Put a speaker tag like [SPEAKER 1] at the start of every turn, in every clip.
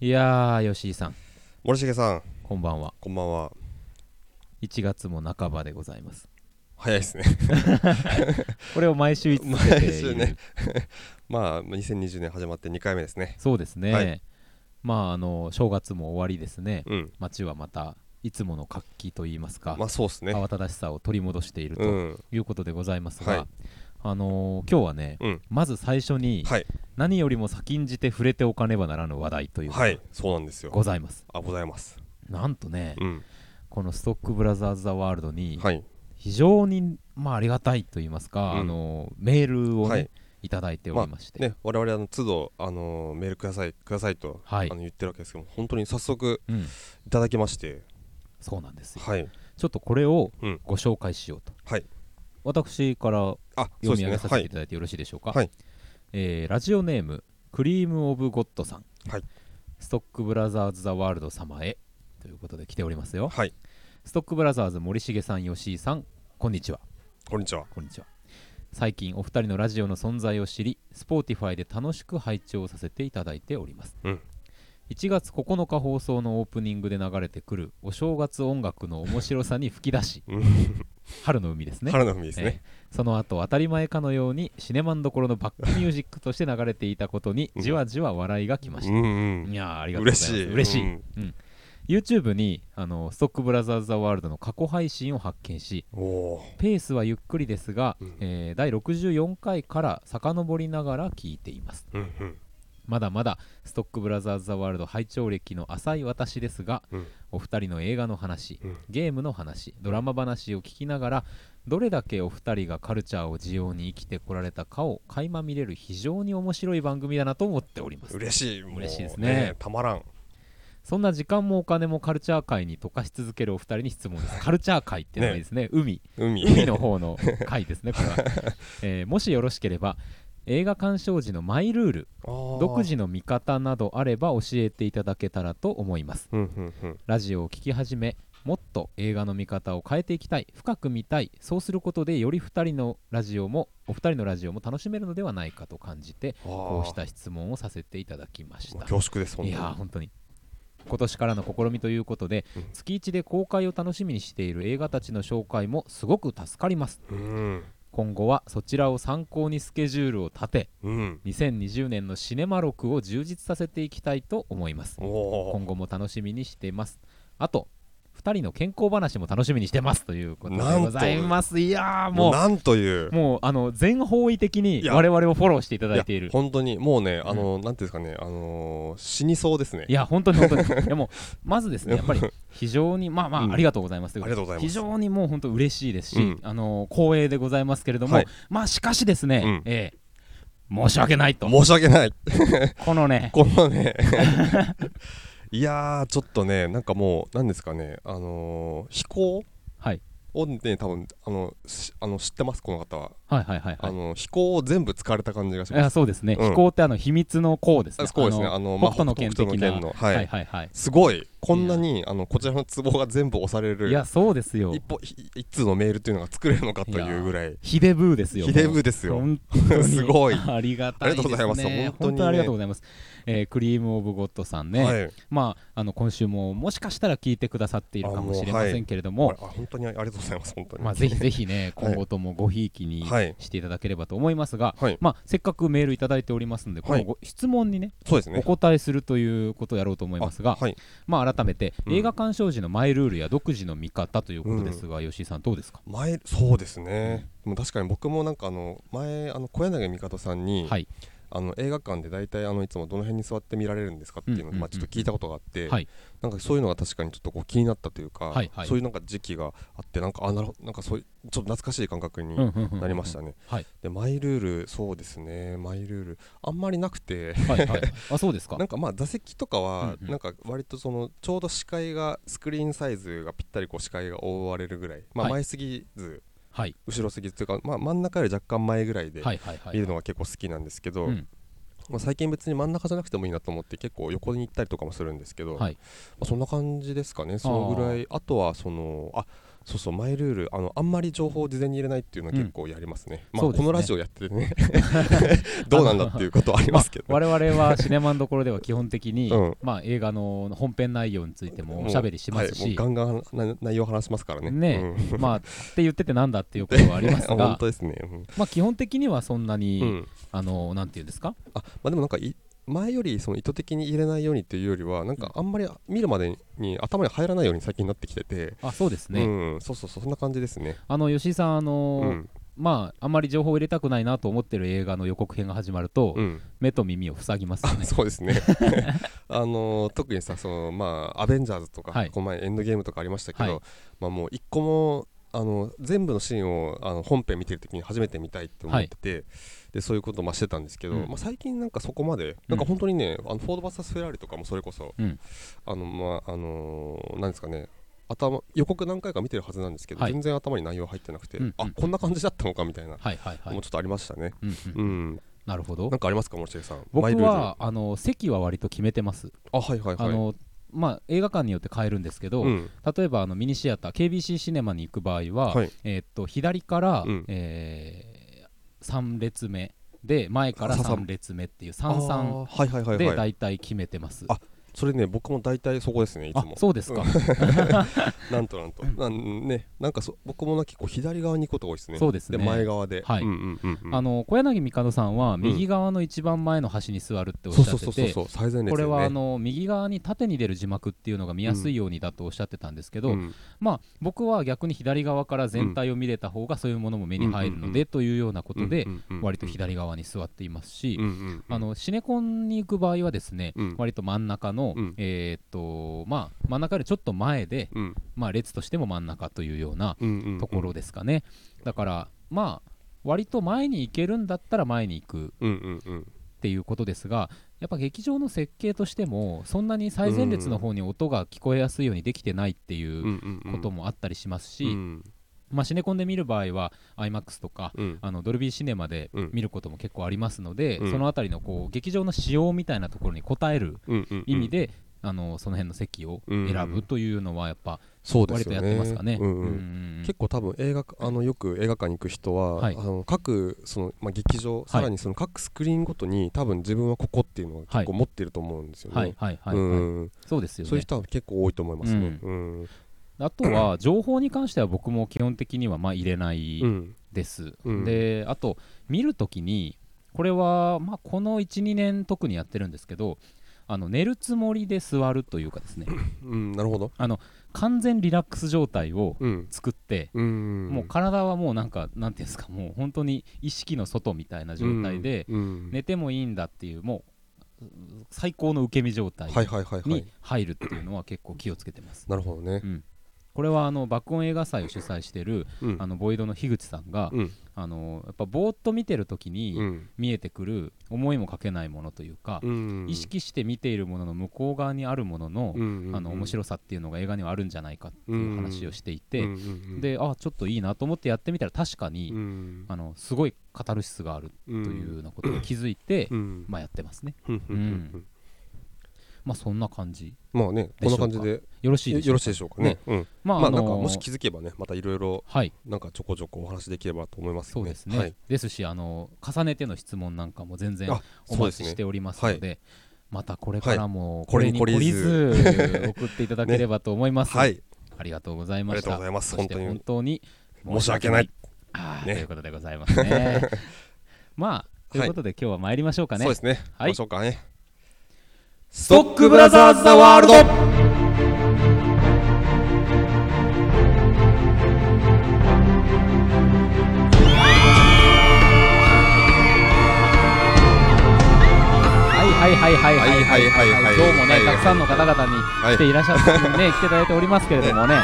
[SPEAKER 1] いやー、吉井さん、
[SPEAKER 2] 森重さん
[SPEAKER 1] こんばんは。
[SPEAKER 2] こんばんは
[SPEAKER 1] 1月も半ばでございます。
[SPEAKER 2] 早いですね
[SPEAKER 1] これを毎週言い続けている
[SPEAKER 2] 毎週ね まあ2020年始まって2回目ですね
[SPEAKER 1] そうですね。
[SPEAKER 2] はい
[SPEAKER 1] まあ、あの、正月も終わりですね。
[SPEAKER 2] うん
[SPEAKER 1] 街はまた、いつもの活気といいますか、
[SPEAKER 2] まあそうですね
[SPEAKER 1] 慌ただしさを取り戻している
[SPEAKER 2] う
[SPEAKER 1] と
[SPEAKER 2] ん
[SPEAKER 1] いうことでございますが、
[SPEAKER 2] はい
[SPEAKER 1] あのー今日はね、
[SPEAKER 2] うん
[SPEAKER 1] まず最初に、
[SPEAKER 2] はい
[SPEAKER 1] 何よりも先んじて触れておかねばならぬ話題というのが
[SPEAKER 2] はいそうなんですよ
[SPEAKER 1] ございます。
[SPEAKER 2] あございます
[SPEAKER 1] なんとね、
[SPEAKER 2] うん
[SPEAKER 1] このストックブラザーズ・ザ・ワールドに、
[SPEAKER 2] はい
[SPEAKER 1] 非常に、まあ、ありがたいと言いますか、
[SPEAKER 2] うん
[SPEAKER 1] あのメールをね、
[SPEAKER 2] はいい、
[SPEAKER 1] ただいておりまして、
[SPEAKER 2] ね我々あの都度あのーメールくださいくださいと
[SPEAKER 1] は
[SPEAKER 2] あ
[SPEAKER 1] い
[SPEAKER 2] の言ってるわけですけども本当に早速
[SPEAKER 1] うん、
[SPEAKER 2] いただきまして
[SPEAKER 1] そうなんですよ
[SPEAKER 2] はい
[SPEAKER 1] ちょっとこれを
[SPEAKER 2] うん
[SPEAKER 1] ご紹介しようと、
[SPEAKER 2] はい
[SPEAKER 1] 私から
[SPEAKER 2] あそう
[SPEAKER 1] 読
[SPEAKER 2] で
[SPEAKER 1] み
[SPEAKER 2] す
[SPEAKER 1] 上げ
[SPEAKER 2] ね
[SPEAKER 1] さ
[SPEAKER 2] は
[SPEAKER 1] せてい
[SPEAKER 2] い
[SPEAKER 1] ただいてよろしいでしょうか、
[SPEAKER 2] はい
[SPEAKER 1] えーラジオネームクリーム・オブ・ゴッドさん、
[SPEAKER 2] はい
[SPEAKER 1] ストックブラザーズ・ザ・ワールド様へということで来ておりますよ
[SPEAKER 2] はい
[SPEAKER 1] ストックブラザーズ森重さん吉井さんこんにちは
[SPEAKER 2] こんにちは
[SPEAKER 1] こんにちは最近お二人のラジオの存在を知り Spotify で楽しく拝聴させていただいております、
[SPEAKER 2] うん
[SPEAKER 1] 1月9日放送のオープニングで流れてくるお正月音楽の面白さに吹き出 し
[SPEAKER 2] うん
[SPEAKER 1] 春の海ですね
[SPEAKER 2] 原の文です
[SPEAKER 1] え
[SPEAKER 2] ね
[SPEAKER 1] えその後当たり前かのようにシネマンどころのバックミュージックとして流れていたことに
[SPEAKER 2] うん
[SPEAKER 1] じわじわ笑いがきまし
[SPEAKER 2] う
[SPEAKER 1] た、
[SPEAKER 2] んうん
[SPEAKER 1] いやーありがとうご
[SPEAKER 2] 嬉
[SPEAKER 1] ざいます
[SPEAKER 2] しい
[SPEAKER 1] 嬉しい、
[SPEAKER 2] うん
[SPEAKER 1] YouTube にあのストックブラザーズ・ザ・ワールドの過去配信を発見し
[SPEAKER 2] おお
[SPEAKER 1] ペースはゆっくりですが、
[SPEAKER 2] うん
[SPEAKER 1] えー第64回から遡りながら聞いています
[SPEAKER 2] ーうんうん
[SPEAKER 1] まだまだストックブラザーズ・ザ・ワールド拝聴歴の浅い私ですが
[SPEAKER 2] うん
[SPEAKER 1] お二人の映画の話
[SPEAKER 2] うん
[SPEAKER 1] ゲームの話ドラマ話を聞きながらどれだけお二人がカルチャーを需要に生きてこられたかを垣間見れる非常に面白い番組だなと思っております
[SPEAKER 2] 嬉しいもう
[SPEAKER 1] 嬉しいですね
[SPEAKER 2] たまらん
[SPEAKER 1] そんな時間もお金もカルチャー界に溶かし続けるお二人に質問ですカルチャー界ってのがいいですね海
[SPEAKER 2] 海
[SPEAKER 1] 海の方の回ですね、これは、えーもしよろしければ、映画鑑賞時のマイルール、独
[SPEAKER 2] 独
[SPEAKER 1] 自の見方などあれば教えていただけたらと思います。
[SPEAKER 2] うんうんうん
[SPEAKER 1] ラジオを聞き始め、もっと映画の見方を変えていきたい、深く見たい、そうすることでより2人のラジオも、お二人のラジオも楽しめるのではないかと感じて、こ
[SPEAKER 2] こ
[SPEAKER 1] うした質問をさせていただきまし
[SPEAKER 2] もう
[SPEAKER 1] た。
[SPEAKER 2] 恐縮です本
[SPEAKER 1] い
[SPEAKER 2] 当に
[SPEAKER 1] やー本当に今年からの試みということで、
[SPEAKER 2] うん
[SPEAKER 1] 月1で公開を楽しみにしている映画たちの紹介もすごく助かります
[SPEAKER 2] うん
[SPEAKER 1] 今後はそちらを参考にスケジュールを立て
[SPEAKER 2] うん
[SPEAKER 1] 2020年のシネマ録を充実させていきたいと思います
[SPEAKER 2] おお
[SPEAKER 1] 今後も楽しみにしていますあと2人の健康話も楽しみにしてますということ
[SPEAKER 2] なん
[SPEAKER 1] で
[SPEAKER 2] と
[SPEAKER 1] ございますいやー
[SPEAKER 2] もう
[SPEAKER 1] も
[SPEAKER 2] なんという
[SPEAKER 1] うもうあの全方位的
[SPEAKER 2] い
[SPEAKER 1] に
[SPEAKER 2] や
[SPEAKER 1] 我々をフォローしていただ
[SPEAKER 2] い
[SPEAKER 1] い
[SPEAKER 2] や
[SPEAKER 1] ている
[SPEAKER 2] 本当にもうねあのなんていうんですかねあのー死にそうですね
[SPEAKER 1] いや本当に本当に いやもうまずですねやっぱり非常にまあま
[SPEAKER 2] うん
[SPEAKER 1] あありがとうございますということで
[SPEAKER 2] ありがとうございます
[SPEAKER 1] 非常にもう本当嬉しいですし、
[SPEAKER 2] うん
[SPEAKER 1] あの光栄でございますけれども、
[SPEAKER 2] はい
[SPEAKER 1] まあしかしですね、
[SPEAKER 2] うん
[SPEAKER 1] ええ申し訳ないと
[SPEAKER 2] 申し訳ない
[SPEAKER 1] このね
[SPEAKER 2] この ねいやーちょっとねなんかもうなんですかねあのー飛行
[SPEAKER 1] はい
[SPEAKER 2] をね多分あのしあの知ってますこの方は
[SPEAKER 1] はいはいはいは
[SPEAKER 2] あ
[SPEAKER 1] い
[SPEAKER 2] の飛行を全部使われた感じがし
[SPEAKER 1] いや
[SPEAKER 2] ます
[SPEAKER 1] そうですね、
[SPEAKER 2] うん
[SPEAKER 1] 飛行ってあの秘密の項ですね
[SPEAKER 2] あそうですねあのまあ
[SPEAKER 1] 北斗の拳的な
[SPEAKER 2] 北斗の拳のはい
[SPEAKER 1] はいはいはい
[SPEAKER 2] すごいこんなにあのこちらのツボが全部押される
[SPEAKER 1] いやそうですよ
[SPEAKER 2] 一歩ひ一通のメールというのが作れるのかというぐらい
[SPEAKER 1] ヒデブーですよ
[SPEAKER 2] ひでぶ
[SPEAKER 1] ー
[SPEAKER 2] ですよ
[SPEAKER 1] 本当に
[SPEAKER 2] すごい
[SPEAKER 1] ありがたいですね
[SPEAKER 2] ありがとうございます本当にね
[SPEAKER 1] 本当にありがとうございます、えークリームオブゴッドさんね、
[SPEAKER 2] はい
[SPEAKER 1] まあ、あの今週ももしかしたら聞いてくださっているかもしれませんけれども、
[SPEAKER 2] ああ本当にありがとうございます本当に
[SPEAKER 1] まあ、ぜひぜひね、
[SPEAKER 2] はい
[SPEAKER 1] 今後ともごひいきに
[SPEAKER 2] はい
[SPEAKER 1] していただければと思いますが、
[SPEAKER 2] はい
[SPEAKER 1] まあ、せっかくメールいただいておりますので、こ
[SPEAKER 2] は
[SPEAKER 1] の
[SPEAKER 2] い
[SPEAKER 1] ご質問にね、
[SPEAKER 2] そうですね
[SPEAKER 1] お答えするということをやろうと思いますが、
[SPEAKER 2] あはい
[SPEAKER 1] まあ、改めて、
[SPEAKER 2] うん
[SPEAKER 1] 映画鑑賞時のマイルールや独自の見方ということですが、吉井さん、どうですか、
[SPEAKER 2] 前そうですね、でも確かに僕もなんかあの前あの小柳美里さんに、
[SPEAKER 1] はい
[SPEAKER 2] あの映画館で大体あのいつもどの辺に座って見られるんですかっていうの
[SPEAKER 1] う
[SPEAKER 2] を、
[SPEAKER 1] んうんうんうん
[SPEAKER 2] まあ、ちょっと聞いたことがあって、
[SPEAKER 1] はい
[SPEAKER 2] なんかそういうのが確かにちょっとこう気になったというか、
[SPEAKER 1] はいはい
[SPEAKER 2] そういうなんか時期があってなんかあなるほどなんかそういうちょっと懐かしい感覚に
[SPEAKER 1] うんうんうんうん
[SPEAKER 2] なりましたね、
[SPEAKER 1] はい
[SPEAKER 2] でマイルールそうですねマイルールあんまりなくて
[SPEAKER 1] はいはいはい、あそうですか
[SPEAKER 2] なんかまあ座席とかは
[SPEAKER 1] うんうん
[SPEAKER 2] なんか割とそのちょうど視界がスクリーンサイズがぴったりこう視界が覆われるぐらいまあ
[SPEAKER 1] はい
[SPEAKER 2] 前すぎず
[SPEAKER 1] はい
[SPEAKER 2] 後ろすぎずというかまあ真ん中より若干前ぐらいで
[SPEAKER 1] はいはいはい
[SPEAKER 2] 見るのが結構好きなんですけど
[SPEAKER 1] うん
[SPEAKER 2] まあ最近別に真ん中じゃなくてもいいなと思って結構横に行ったりとかもするんですけどま
[SPEAKER 1] はい
[SPEAKER 2] あそんな感じですかねそのぐらいあとはそのあそうそうマイルールあのあんまり情報を事前に入れないっていうのは結構やりますね、
[SPEAKER 1] うん
[SPEAKER 2] ま
[SPEAKER 1] そう
[SPEAKER 2] あ、
[SPEAKER 1] です
[SPEAKER 2] こ
[SPEAKER 1] ね
[SPEAKER 2] のラジオやって てねどうなんだっていうことはありますけど、ね、
[SPEAKER 1] 我々はシネマのところでは基本的に、
[SPEAKER 2] うん
[SPEAKER 1] まあ、映画の本編内容についてもおしゃべりします
[SPEAKER 2] はい、も
[SPEAKER 1] し、
[SPEAKER 2] うガンガンな内容話しますからね
[SPEAKER 1] ね
[SPEAKER 2] うん
[SPEAKER 1] まあ、って言っててなんだっていうことはあります
[SPEAKER 2] 本
[SPEAKER 1] が、
[SPEAKER 2] 当ですね、うん
[SPEAKER 1] まあ、基本的にはそんなに、
[SPEAKER 2] うん
[SPEAKER 1] あのなんていうんですか、
[SPEAKER 2] あまあ、でもなんかい前よりその意図的に入れないようにっていうよりはなんかあんまり見るまでに頭に入らないように最近なってきてて、
[SPEAKER 1] あそうですね、
[SPEAKER 2] うん、そうそうそうそんな感じですね、
[SPEAKER 1] あの吉井さん、あの
[SPEAKER 2] うん
[SPEAKER 1] まあ、あんまり情報を入れたくないなと思ってる映画の予告編が始まると、
[SPEAKER 2] うん、
[SPEAKER 1] 目と耳を塞ぎますよ
[SPEAKER 2] あ
[SPEAKER 1] ね。
[SPEAKER 2] そうですね あのー特にさそのまあアベンジャーズとか、
[SPEAKER 1] はい
[SPEAKER 2] この前エンドゲームとかありましたけど、
[SPEAKER 1] はい
[SPEAKER 2] まあもう一個もあの全部のシーンをあの本編見てる時に初めて見たいって思ってて、でそういうことをまあしてたんですけど、
[SPEAKER 1] うん
[SPEAKER 2] まあ最近なんかそこまでなんか本当にね、あのフォード VS フェラーリとかもそれこそ、
[SPEAKER 1] うん
[SPEAKER 2] あのまああのーなんですかね頭予告何回か見てるはずなんですけど、
[SPEAKER 1] はい
[SPEAKER 2] 全然頭に内容入ってなくて、
[SPEAKER 1] うんうん
[SPEAKER 2] あこんな感じだったのかみたいな、
[SPEAKER 1] はいはいは
[SPEAKER 2] も
[SPEAKER 1] いう
[SPEAKER 2] ちょっとありましたね、
[SPEAKER 1] うんう
[SPEAKER 2] うんん、
[SPEAKER 1] なるほど
[SPEAKER 2] なんかありますか森重さんマイ
[SPEAKER 1] 僕
[SPEAKER 2] ルール
[SPEAKER 1] はあの席は割と決めてます、
[SPEAKER 2] あはいはいは
[SPEAKER 1] あ
[SPEAKER 2] い
[SPEAKER 1] のまあ、映画館によって変えるんですけど、
[SPEAKER 2] うん、
[SPEAKER 1] 例えばあのミニシアター KBC シネマに行く場合は、
[SPEAKER 2] はい
[SPEAKER 1] えーっと左から、
[SPEAKER 2] うん
[SPEAKER 1] え3列目で前から
[SPEAKER 2] ささん
[SPEAKER 1] 3列目っていう33
[SPEAKER 2] あーはいはいはい
[SPEAKER 1] で
[SPEAKER 2] はい
[SPEAKER 1] 大体決めてます、
[SPEAKER 2] あそれね僕も大体そこですねいつ
[SPEAKER 1] あ
[SPEAKER 2] も
[SPEAKER 1] そうですか、
[SPEAKER 2] なんとなんとなんねなんかそ僕もな結構左側に行くことが多いですね
[SPEAKER 1] そうですね
[SPEAKER 2] で前側で
[SPEAKER 1] はい
[SPEAKER 2] うんうんうんうん
[SPEAKER 1] あの小柳美香さんは右側の一番前の端に座るっておっ
[SPEAKER 2] そう
[SPEAKER 1] しゃ
[SPEAKER 2] そう
[SPEAKER 1] って
[SPEAKER 2] そうそう
[SPEAKER 1] て
[SPEAKER 2] そう最前列でね
[SPEAKER 1] これはあの右側に縦に出る字幕っていうのが見やすいようにだとおっしゃってたんですけど、
[SPEAKER 2] うん
[SPEAKER 1] まあ、僕は逆に左側から全体を見れた方がそういうものも目に入るのでというようなことで
[SPEAKER 2] うんうんうんうん
[SPEAKER 1] 割と左側に座っていますし
[SPEAKER 2] うんうん
[SPEAKER 1] あのシネコンに行く場合はですね
[SPEAKER 2] うん
[SPEAKER 1] 割と真ん中の
[SPEAKER 2] うん
[SPEAKER 1] えーっとまあ真ん中よりちょっと前で
[SPEAKER 2] うん
[SPEAKER 1] まあ列としても真ん中というような
[SPEAKER 2] うんうん
[SPEAKER 1] ところですかねだからまあ割と前に行けるんだったら前に行く
[SPEAKER 2] うんうんうん
[SPEAKER 1] っていうことですがやっぱ劇場の設計としてもそんなに最前列の方に音が聞こえやすいようにできてないって
[SPEAKER 2] う
[SPEAKER 1] いうん
[SPEAKER 2] うんうん
[SPEAKER 1] こともあったりしますし、
[SPEAKER 2] うん
[SPEAKER 1] まあ、シネコンで見る場合は IMAX とか、
[SPEAKER 2] うん
[SPEAKER 1] あのドルビーシネマで
[SPEAKER 2] うん
[SPEAKER 1] 見ることも結構ありますので、
[SPEAKER 2] うん
[SPEAKER 1] そのあたりのこう劇場の仕様みたいなところに応える
[SPEAKER 2] うんうんうん
[SPEAKER 1] 意味で、あのその辺の席を選ぶというのはやっぱ
[SPEAKER 2] そうで
[SPEAKER 1] 割
[SPEAKER 2] す
[SPEAKER 1] とや
[SPEAKER 2] よ
[SPEAKER 1] っ
[SPEAKER 2] ね
[SPEAKER 1] てますかね。
[SPEAKER 2] うんうん
[SPEAKER 1] ん
[SPEAKER 2] 結構多分映画かあのよく映画館に行く人は、
[SPEAKER 1] はい
[SPEAKER 2] あの各その、まあ、劇場、さらにその各スクリーンごとに多分自分はここっていうのは結構持ってると思うんですよね。
[SPEAKER 1] はいはいはい、はい
[SPEAKER 2] うん
[SPEAKER 1] そうですよ
[SPEAKER 2] そう
[SPEAKER 1] ね
[SPEAKER 2] いう人は結構多いと思いますね。うん
[SPEAKER 1] あとは情報に関しては僕も基本的にはまあ入れない
[SPEAKER 2] うん
[SPEAKER 1] です、
[SPEAKER 2] うん
[SPEAKER 1] であと見るときにこれはまあこの12年特にやってるんですけどあの寝るつもりで座るというか ですね
[SPEAKER 2] うんなるほど。
[SPEAKER 1] 完全リラックス状態を
[SPEAKER 2] うん
[SPEAKER 1] 作って、
[SPEAKER 2] うん、
[SPEAKER 1] もう体はもうなんかなんていうんですかもう本当に意識の外みたいな状態で、
[SPEAKER 2] うん
[SPEAKER 1] 寝てもいいんだっていうもうう最高の受け身状態
[SPEAKER 2] はいはいはいはい
[SPEAKER 1] に。入るっていうのは結構気をつけてます、
[SPEAKER 2] なるほどね。
[SPEAKER 1] うんこれはあの爆音映画祭を主催している
[SPEAKER 2] うん
[SPEAKER 1] あのボイドの樋口さんが、
[SPEAKER 2] うん
[SPEAKER 1] あのやっぱぼーっと見てる時
[SPEAKER 2] う
[SPEAKER 1] に
[SPEAKER 2] ん
[SPEAKER 1] 見えてくる思いもかけないものというか、
[SPEAKER 2] うん
[SPEAKER 1] 意識して見ているものの向こう側にあるものの、
[SPEAKER 2] うん
[SPEAKER 1] あの面白さっていうのが映画にはあるんじゃないかっていう話をしてい
[SPEAKER 2] うん
[SPEAKER 1] て、
[SPEAKER 2] うん
[SPEAKER 1] であちょっといいなと思ってやってみたら確かに、
[SPEAKER 2] うん
[SPEAKER 1] あのすごいカタルシスがある
[SPEAKER 2] うん
[SPEAKER 1] というようなことに気づいて、
[SPEAKER 2] うん
[SPEAKER 1] まあやってますね
[SPEAKER 2] うんうんうん
[SPEAKER 1] まあそんな感じ
[SPEAKER 2] まあねこんな感じで
[SPEAKER 1] よろしいでしょ
[SPEAKER 2] よろしいでしょうかね。うん
[SPEAKER 1] うかまあ、
[SPEAKER 2] ま
[SPEAKER 1] あ
[SPEAKER 2] あ
[SPEAKER 1] の
[SPEAKER 2] なんかもし気づけばねまたいろいろ
[SPEAKER 1] はい
[SPEAKER 2] なんかちょこちょこお話できればと思いますね。
[SPEAKER 1] そうですね、
[SPEAKER 2] はい
[SPEAKER 1] ですしあの重ねての質問なんかも全然
[SPEAKER 2] あ
[SPEAKER 1] お
[SPEAKER 2] そうで
[SPEAKER 1] 待
[SPEAKER 2] す
[SPEAKER 1] ち
[SPEAKER 2] ね
[SPEAKER 1] しておりますのでまたこれからも
[SPEAKER 2] いこれに
[SPEAKER 1] これに
[SPEAKER 2] 懲
[SPEAKER 1] 懲りず送っていただければと思います、
[SPEAKER 2] はい
[SPEAKER 1] ありがとうござい
[SPEAKER 2] あ
[SPEAKER 1] ま
[SPEAKER 2] り
[SPEAKER 1] し
[SPEAKER 2] がとう
[SPEAKER 1] た
[SPEAKER 2] ございます
[SPEAKER 1] そ
[SPEAKER 2] 本
[SPEAKER 1] して
[SPEAKER 2] 当
[SPEAKER 1] 本
[SPEAKER 2] に
[SPEAKER 1] 当に
[SPEAKER 2] 申し訳ない。
[SPEAKER 1] あー
[SPEAKER 2] ね
[SPEAKER 1] ということでございます ねまあということで今日は参りましょうかね、
[SPEAKER 2] そうですね。
[SPEAKER 1] はい
[SPEAKER 2] 行きましょうかね。ス
[SPEAKER 1] トックブラザーズザワールドはいはいはいはいはいはいはい
[SPEAKER 2] はいはいはいはいはい
[SPEAKER 1] 今日も
[SPEAKER 2] は
[SPEAKER 1] ね
[SPEAKER 2] いはい
[SPEAKER 1] たくさんの方々に来ていらっしゃってね来ていただいておりますけれどもね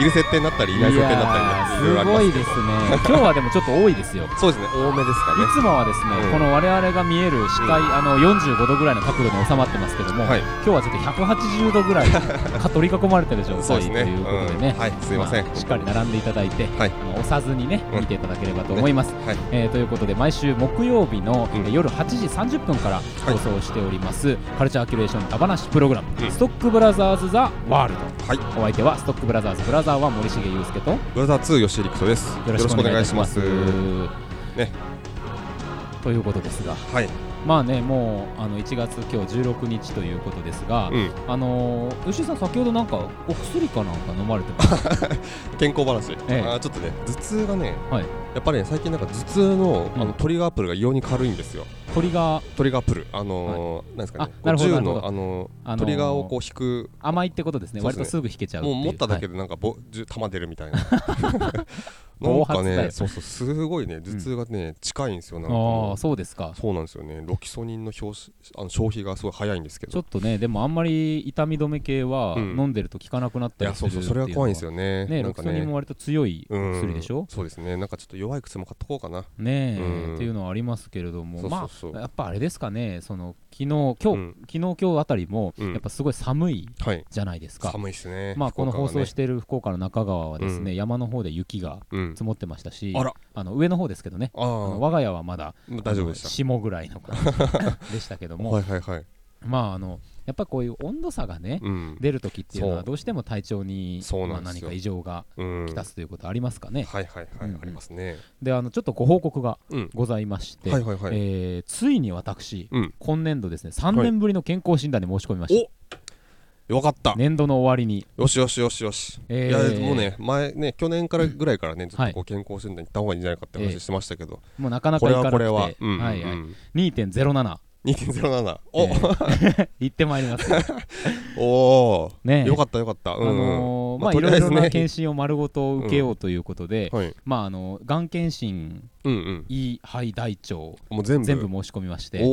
[SPEAKER 2] いる設定になったりい
[SPEAKER 1] いや
[SPEAKER 2] ない設定になったりねろ
[SPEAKER 1] ーす
[SPEAKER 2] ろあ
[SPEAKER 1] ご
[SPEAKER 2] り
[SPEAKER 1] い
[SPEAKER 2] ま
[SPEAKER 1] ですね今日はでもちょっと多いですよい
[SPEAKER 2] そうですね多めですかね。
[SPEAKER 1] つもはですね
[SPEAKER 2] うん
[SPEAKER 1] この我々が見える視界あの45度ぐらいの角度に収まってますけども
[SPEAKER 2] はい
[SPEAKER 1] 今日はちょっと180度ぐ らいか取り囲まれてる状
[SPEAKER 2] そう
[SPEAKER 1] 態と
[SPEAKER 2] ですね。
[SPEAKER 1] いうことでね
[SPEAKER 2] うんはい、すいません。
[SPEAKER 1] あしっかり並んでいただいて、
[SPEAKER 2] はい
[SPEAKER 1] あの押さずにね
[SPEAKER 2] うん
[SPEAKER 1] 見ていただければと思います、
[SPEAKER 2] はい。
[SPEAKER 1] えーということで毎週木曜日の、
[SPEAKER 2] うん
[SPEAKER 1] えー夜8時30分から
[SPEAKER 2] い
[SPEAKER 1] 放送しております、カルチャーキュレーションダバナシプログラム、
[SPEAKER 2] うん
[SPEAKER 1] ストックブラザーズ・ザ・ワールド
[SPEAKER 2] はい。
[SPEAKER 1] お相手はストックブラザーズブラザーザーは森重裕介とよ
[SPEAKER 2] ブラザー2吉井陸斗ですよろしくお願いします
[SPEAKER 1] ろしくお願いいたします
[SPEAKER 2] ね
[SPEAKER 1] ということですが
[SPEAKER 2] はい
[SPEAKER 1] まあねもうあの1月今日16日ということですが、
[SPEAKER 2] うん
[SPEAKER 1] あのー吉井さん先ほどなんかお薬かなんか飲まれて ます
[SPEAKER 2] 健康話、
[SPEAKER 1] ええ
[SPEAKER 2] あーちょっとね頭痛がね、
[SPEAKER 1] はい
[SPEAKER 2] やっぱり、ね、最近なんか頭痛のあ
[SPEAKER 1] うん
[SPEAKER 2] のトリガーアプルが異様に軽いんですよ
[SPEAKER 1] トリガー
[SPEAKER 2] トリガーアプルあのーなんですかね
[SPEAKER 1] あ
[SPEAKER 2] こ
[SPEAKER 1] な
[SPEAKER 2] う
[SPEAKER 1] るほど
[SPEAKER 2] 銃
[SPEAKER 1] なるほ
[SPEAKER 2] の
[SPEAKER 1] ど
[SPEAKER 2] あの
[SPEAKER 1] あのー
[SPEAKER 2] トリガーをこう引く
[SPEAKER 1] 甘いってことですね
[SPEAKER 2] そうで
[SPEAKER 1] 割
[SPEAKER 2] すね
[SPEAKER 1] とすぐ引けちゃうってい
[SPEAKER 2] もう
[SPEAKER 1] う
[SPEAKER 2] 持っただけ
[SPEAKER 1] はい
[SPEAKER 2] でなんかぼ、銃弾出るみたいな なん
[SPEAKER 1] 暴
[SPEAKER 2] か
[SPEAKER 1] 発だよ
[SPEAKER 2] ねそうそうすごいね頭痛がね、近いんですよなんか
[SPEAKER 1] あ
[SPEAKER 2] も
[SPEAKER 1] あ
[SPEAKER 2] う
[SPEAKER 1] そうですか
[SPEAKER 2] そうなんですよねロキソニンの表紙あの消費がすごい早いんですけ
[SPEAKER 1] ちょ
[SPEAKER 2] ど
[SPEAKER 1] っとねでもあんまり痛み止め系は
[SPEAKER 2] うん
[SPEAKER 1] 飲んでると効かなくなっ
[SPEAKER 2] い
[SPEAKER 1] た
[SPEAKER 2] や
[SPEAKER 1] りす
[SPEAKER 2] そ
[SPEAKER 1] る
[SPEAKER 2] う
[SPEAKER 1] ってい
[SPEAKER 2] そ
[SPEAKER 1] うう
[SPEAKER 2] それが怖いんです
[SPEAKER 1] よ
[SPEAKER 2] よね
[SPEAKER 1] ね
[SPEAKER 2] な
[SPEAKER 1] ロ
[SPEAKER 2] ん
[SPEAKER 1] キ
[SPEAKER 2] か
[SPEAKER 1] ソニンも割と強いお薬でしょ
[SPEAKER 2] うんそうですねなんかちょっと弱い薬も買っとこうかな
[SPEAKER 1] ねえ、
[SPEAKER 2] うん
[SPEAKER 1] っていうのはありますけれども
[SPEAKER 2] そうそうそう
[SPEAKER 1] まあやっぱあれですかねその昨日今日、
[SPEAKER 2] うん
[SPEAKER 1] 昨日今日あたりも、
[SPEAKER 2] うん
[SPEAKER 1] やっぱすごい寒い
[SPEAKER 2] はい
[SPEAKER 1] じゃないですか、
[SPEAKER 2] 寒いですね
[SPEAKER 1] まあこの
[SPEAKER 2] 福岡
[SPEAKER 1] 放
[SPEAKER 2] は
[SPEAKER 1] 送
[SPEAKER 2] ね
[SPEAKER 1] している福岡の中川はですね、
[SPEAKER 2] う
[SPEAKER 1] 山の方で雪が
[SPEAKER 2] うん
[SPEAKER 1] 積もってましたし、
[SPEAKER 2] あら
[SPEAKER 1] あの上の方ですけどね
[SPEAKER 2] あ
[SPEAKER 1] あ
[SPEAKER 2] あ
[SPEAKER 1] の我が家はまだ
[SPEAKER 2] まあ大丈夫でした
[SPEAKER 1] 霜ぐらいの感じ でしたけども、
[SPEAKER 2] はいはいはい
[SPEAKER 1] まああのやっぱりこういう温度差がね、
[SPEAKER 2] うん
[SPEAKER 1] 出る時っていうの
[SPEAKER 2] そ
[SPEAKER 1] は
[SPEAKER 2] う
[SPEAKER 1] どうしても体調に
[SPEAKER 2] そう
[SPEAKER 1] ま
[SPEAKER 2] な
[SPEAKER 1] あ
[SPEAKER 2] んで
[SPEAKER 1] 何
[SPEAKER 2] すよ
[SPEAKER 1] か異常が
[SPEAKER 2] うん
[SPEAKER 1] きたすということありますかね、
[SPEAKER 2] はいはい
[SPEAKER 1] う
[SPEAKER 2] は
[SPEAKER 1] んう
[SPEAKER 2] い
[SPEAKER 1] ん
[SPEAKER 2] ありますね
[SPEAKER 1] であのちょっとご報告が
[SPEAKER 2] うん
[SPEAKER 1] ございまして、
[SPEAKER 2] はいはいはい
[SPEAKER 1] えーついに私、
[SPEAKER 2] うん
[SPEAKER 1] 今年度ですね3年ぶりの健康診断に申し込みました、
[SPEAKER 2] およかった
[SPEAKER 1] 年度の終わりに、
[SPEAKER 2] よしよしよしよしい
[SPEAKER 1] え
[SPEAKER 2] や
[SPEAKER 1] ー
[SPEAKER 2] もうね前ね去年からぐらいからねずっ
[SPEAKER 1] はい
[SPEAKER 2] とこう健康診断行った方がいいんじゃないかって話してましたけど
[SPEAKER 1] もうなかな
[SPEAKER 2] こ
[SPEAKER 1] か
[SPEAKER 2] れ
[SPEAKER 1] いかな
[SPEAKER 2] は
[SPEAKER 1] くて
[SPEAKER 2] これはうん
[SPEAKER 1] はいは
[SPEAKER 2] う
[SPEAKER 1] い、
[SPEAKER 2] ん
[SPEAKER 1] 2.07
[SPEAKER 2] 2.07
[SPEAKER 1] え
[SPEAKER 2] お
[SPEAKER 1] ー 行ってまいりますよ
[SPEAKER 2] お
[SPEAKER 1] ね
[SPEAKER 2] およかったよかった
[SPEAKER 1] あ
[SPEAKER 2] うんうん
[SPEAKER 1] のー
[SPEAKER 2] ま
[SPEAKER 1] ま
[SPEAKER 2] あ
[SPEAKER 1] あい
[SPEAKER 2] とり
[SPEAKER 1] ろ
[SPEAKER 2] あ
[SPEAKER 1] い
[SPEAKER 2] えず
[SPEAKER 1] ろ
[SPEAKER 2] ね
[SPEAKER 1] な検診を丸ごと受けようということで、
[SPEAKER 2] はい
[SPEAKER 1] まああのがん検診
[SPEAKER 2] うんうん
[SPEAKER 1] 胃肺大腸
[SPEAKER 2] もう全部
[SPEAKER 1] 全部申し込みまし
[SPEAKER 2] お
[SPEAKER 1] て
[SPEAKER 2] ーおー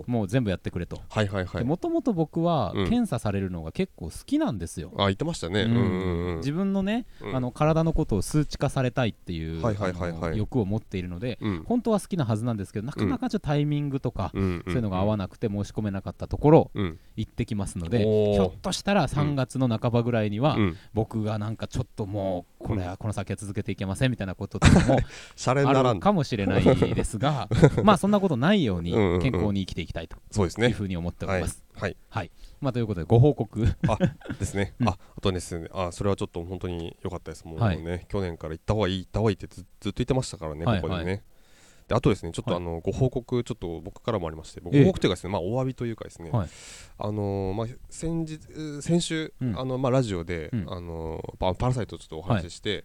[SPEAKER 2] おー
[SPEAKER 1] もう全部やってくれと
[SPEAKER 2] はいはいはい
[SPEAKER 1] もともと僕は
[SPEAKER 2] うん
[SPEAKER 1] 検査されるのが結構好きなんですよ。
[SPEAKER 2] あ言ってましたね
[SPEAKER 1] う
[SPEAKER 2] うんんうんうん
[SPEAKER 1] 自分のね、
[SPEAKER 2] うん
[SPEAKER 1] あの体のことを数値化されたいっていう、
[SPEAKER 2] はいはいはいは
[SPEAKER 1] あ
[SPEAKER 2] い
[SPEAKER 1] の欲を持っているので、
[SPEAKER 2] うん
[SPEAKER 1] 本当は好きなはずなんですけどなかなかちょっとタイミングとか、
[SPEAKER 2] うん
[SPEAKER 1] そういうのが合わなくて申し込めなかったところ
[SPEAKER 2] うん
[SPEAKER 1] 行ってきますので、
[SPEAKER 2] おー
[SPEAKER 1] ひょっとしたら3月の半ばぐらいには、
[SPEAKER 2] うん
[SPEAKER 1] 僕がなんかちょっともうこれはこの先は続けていけませんみたいなこととかも
[SPEAKER 2] シャレにな
[SPEAKER 1] あ
[SPEAKER 2] ら
[SPEAKER 1] る
[SPEAKER 2] ん
[SPEAKER 1] かもしれないです がまあそんなことないように
[SPEAKER 2] うんうんうん
[SPEAKER 1] 健康に生きていきたいと
[SPEAKER 2] そうです
[SPEAKER 1] いう
[SPEAKER 2] ね
[SPEAKER 1] ふうに思ってお
[SPEAKER 2] は
[SPEAKER 1] り
[SPEAKER 2] い
[SPEAKER 1] ます。
[SPEAKER 2] はい
[SPEAKER 1] まあ、ということでご報告
[SPEAKER 2] ですね
[SPEAKER 1] うん
[SPEAKER 2] ああとですねあそれはちょっと本当に良かったですもう
[SPEAKER 1] はい
[SPEAKER 2] ね去年から行った方がいい行った方がいいってずずっと言ってましたからね
[SPEAKER 1] はい
[SPEAKER 2] ここで
[SPEAKER 1] は
[SPEAKER 2] ねであとですねちょっ
[SPEAKER 1] は
[SPEAKER 2] と
[SPEAKER 1] い
[SPEAKER 2] あのご報告ちょっと僕からもありましてご
[SPEAKER 1] ええ
[SPEAKER 2] 報告というかですねまあお詫びというかですね
[SPEAKER 1] はい
[SPEAKER 2] あのーまあ先日えー先週
[SPEAKER 1] うん
[SPEAKER 2] あのまあラジオで
[SPEAKER 1] うん
[SPEAKER 2] あのーパパラサイトちょっとお話しして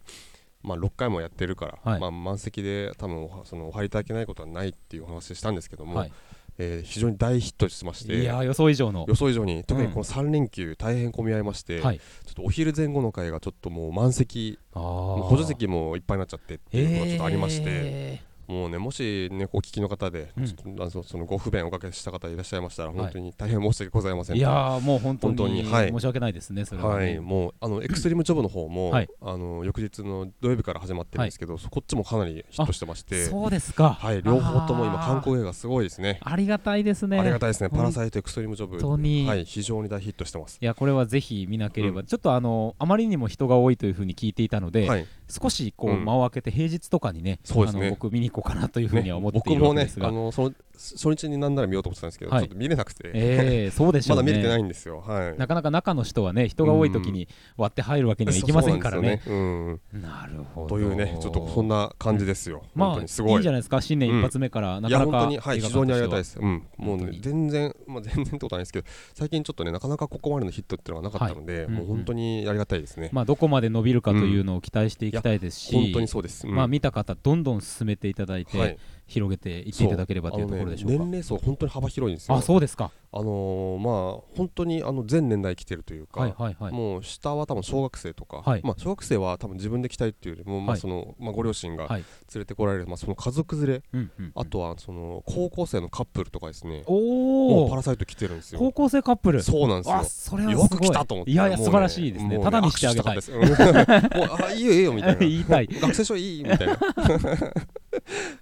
[SPEAKER 2] まあ6回もやってるか
[SPEAKER 1] はい
[SPEAKER 2] らまあ満席で多分おはそのお入りいただけないことはないっていうお話ししたんですけど
[SPEAKER 1] は
[SPEAKER 2] も
[SPEAKER 1] い
[SPEAKER 2] えー非常に大ヒットしまして
[SPEAKER 1] いやー予想以上の
[SPEAKER 2] 予想以上に特にこの3連休大変混み合いまして、
[SPEAKER 1] はい
[SPEAKER 2] ちょっとお昼前後の会がちょっともう満席
[SPEAKER 1] あ
[SPEAKER 2] もう
[SPEAKER 1] ー
[SPEAKER 2] 補助席もいっぱいになっちゃってっていうのがちょっとありまして、
[SPEAKER 1] え
[SPEAKER 2] もうねもしねお聞きの方で、
[SPEAKER 1] うん
[SPEAKER 2] ちょっとあのそのご不便をおかけした方いらっしゃいましたら
[SPEAKER 1] はい
[SPEAKER 2] 本当に大変申し訳ございません
[SPEAKER 1] ーい
[SPEAKER 2] と、
[SPEAKER 1] やーもう本当に
[SPEAKER 2] 本当にはい
[SPEAKER 1] 申し訳ないですねそれは
[SPEAKER 2] は
[SPEAKER 1] ね、
[SPEAKER 2] い、もうあのエクストリームジョブの方も、
[SPEAKER 1] はい
[SPEAKER 2] あの翌日の土曜日から始まってるんですけど、そこっちもかなりヒットしてまして、
[SPEAKER 1] そうですか
[SPEAKER 2] はい、両方とも今
[SPEAKER 1] あー
[SPEAKER 2] 観光映画すごいですね
[SPEAKER 1] ありがたいですね
[SPEAKER 2] ありがたいですね
[SPEAKER 1] ほん
[SPEAKER 2] パラサイトエクストリームジョブ
[SPEAKER 1] 本当に
[SPEAKER 2] はい、非常に大ヒットしてます、
[SPEAKER 1] いやこれはぜひ見なければ、
[SPEAKER 2] う
[SPEAKER 1] ちょっとあのあまりにも人が多いというふうに聞いていたので、
[SPEAKER 2] はい
[SPEAKER 1] 少しこう、
[SPEAKER 2] うん
[SPEAKER 1] 間を空けて平日とかにね
[SPEAKER 2] そうですね
[SPEAKER 1] あの僕見に行こうかなというふうには思ってい
[SPEAKER 2] 僕
[SPEAKER 1] るわ
[SPEAKER 2] も
[SPEAKER 1] けで
[SPEAKER 2] ね
[SPEAKER 1] すが、
[SPEAKER 2] あのその初日になんなら見ようと思ってたんですけど、
[SPEAKER 1] はい
[SPEAKER 2] ちょっと見れなくて、
[SPEAKER 1] えー、そうでしょ
[SPEAKER 2] ま
[SPEAKER 1] うね
[SPEAKER 2] だ見れてないんですよはい
[SPEAKER 1] なかなか中の人はね人が多い時に割って入るわけにはいきませんからね
[SPEAKER 2] そうそうなんで
[SPEAKER 1] なるほ
[SPEAKER 2] すよねう
[SPEAKER 1] ど
[SPEAKER 2] んというねちょっとそんな感じですよ、
[SPEAKER 1] ま
[SPEAKER 2] 本
[SPEAKER 1] あい
[SPEAKER 2] 当
[SPEAKER 1] い
[SPEAKER 2] に
[SPEAKER 1] ん
[SPEAKER 2] すごい
[SPEAKER 1] じゃないですか新年一発目からないか
[SPEAKER 2] や
[SPEAKER 1] な
[SPEAKER 2] 本当
[SPEAKER 1] か
[SPEAKER 2] に、はい、
[SPEAKER 1] 映画
[SPEAKER 2] 非
[SPEAKER 1] 館として
[SPEAKER 2] 常にありがたいで
[SPEAKER 1] は
[SPEAKER 2] す、うん、も
[SPEAKER 1] 本
[SPEAKER 2] う
[SPEAKER 1] 当
[SPEAKER 2] ね
[SPEAKER 1] に
[SPEAKER 2] 全然、まあ、全然ってことはないですけど最近ちょっとねなかなかここまでのヒットっていうのがなかったので、
[SPEAKER 1] いうんうん
[SPEAKER 2] もう本当にありがたいですね、
[SPEAKER 1] まあどこまで伸びるかというのを期待していきたいですし、
[SPEAKER 2] 本当にそうです、うん
[SPEAKER 1] まあ見た方どんどん進めていただいて、
[SPEAKER 2] はい
[SPEAKER 1] 広げていって
[SPEAKER 2] そう
[SPEAKER 1] いただければというところでしょう
[SPEAKER 2] あ
[SPEAKER 1] か
[SPEAKER 2] のね、年齢層本当に幅広いんです
[SPEAKER 1] あ,、
[SPEAKER 2] よ
[SPEAKER 1] そうですか
[SPEAKER 2] あのーまあ本当にあの全年代来てるというか、
[SPEAKER 1] はいはいはい
[SPEAKER 2] もう下は多分小学生とか、
[SPEAKER 1] はい
[SPEAKER 2] まあ、小学生は多分自分で来たいっていうよりも、ま
[SPEAKER 1] は
[SPEAKER 2] あ
[SPEAKER 1] い
[SPEAKER 2] そのまあ、ご両親が
[SPEAKER 1] は
[SPEAKER 2] 連
[SPEAKER 1] い
[SPEAKER 2] れてこられる、まあ、その家族連れ
[SPEAKER 1] うんうんうん
[SPEAKER 2] あとはその高校生のカップルとかですね
[SPEAKER 1] お
[SPEAKER 2] もうパ
[SPEAKER 1] お
[SPEAKER 2] ラサイト来てるんです
[SPEAKER 1] 高
[SPEAKER 2] よ
[SPEAKER 1] 校生カップル
[SPEAKER 2] そうなんですよ
[SPEAKER 1] あそれはすご
[SPEAKER 2] よ
[SPEAKER 1] い
[SPEAKER 2] く来たと思って
[SPEAKER 1] いやいや
[SPEAKER 2] もう
[SPEAKER 1] 素晴らしいですね
[SPEAKER 2] もう
[SPEAKER 1] ただにしてあげたい
[SPEAKER 2] 握手したかったですうんもうあいいよいいよみたいな
[SPEAKER 1] 言いたい
[SPEAKER 2] 学生証いいみたいな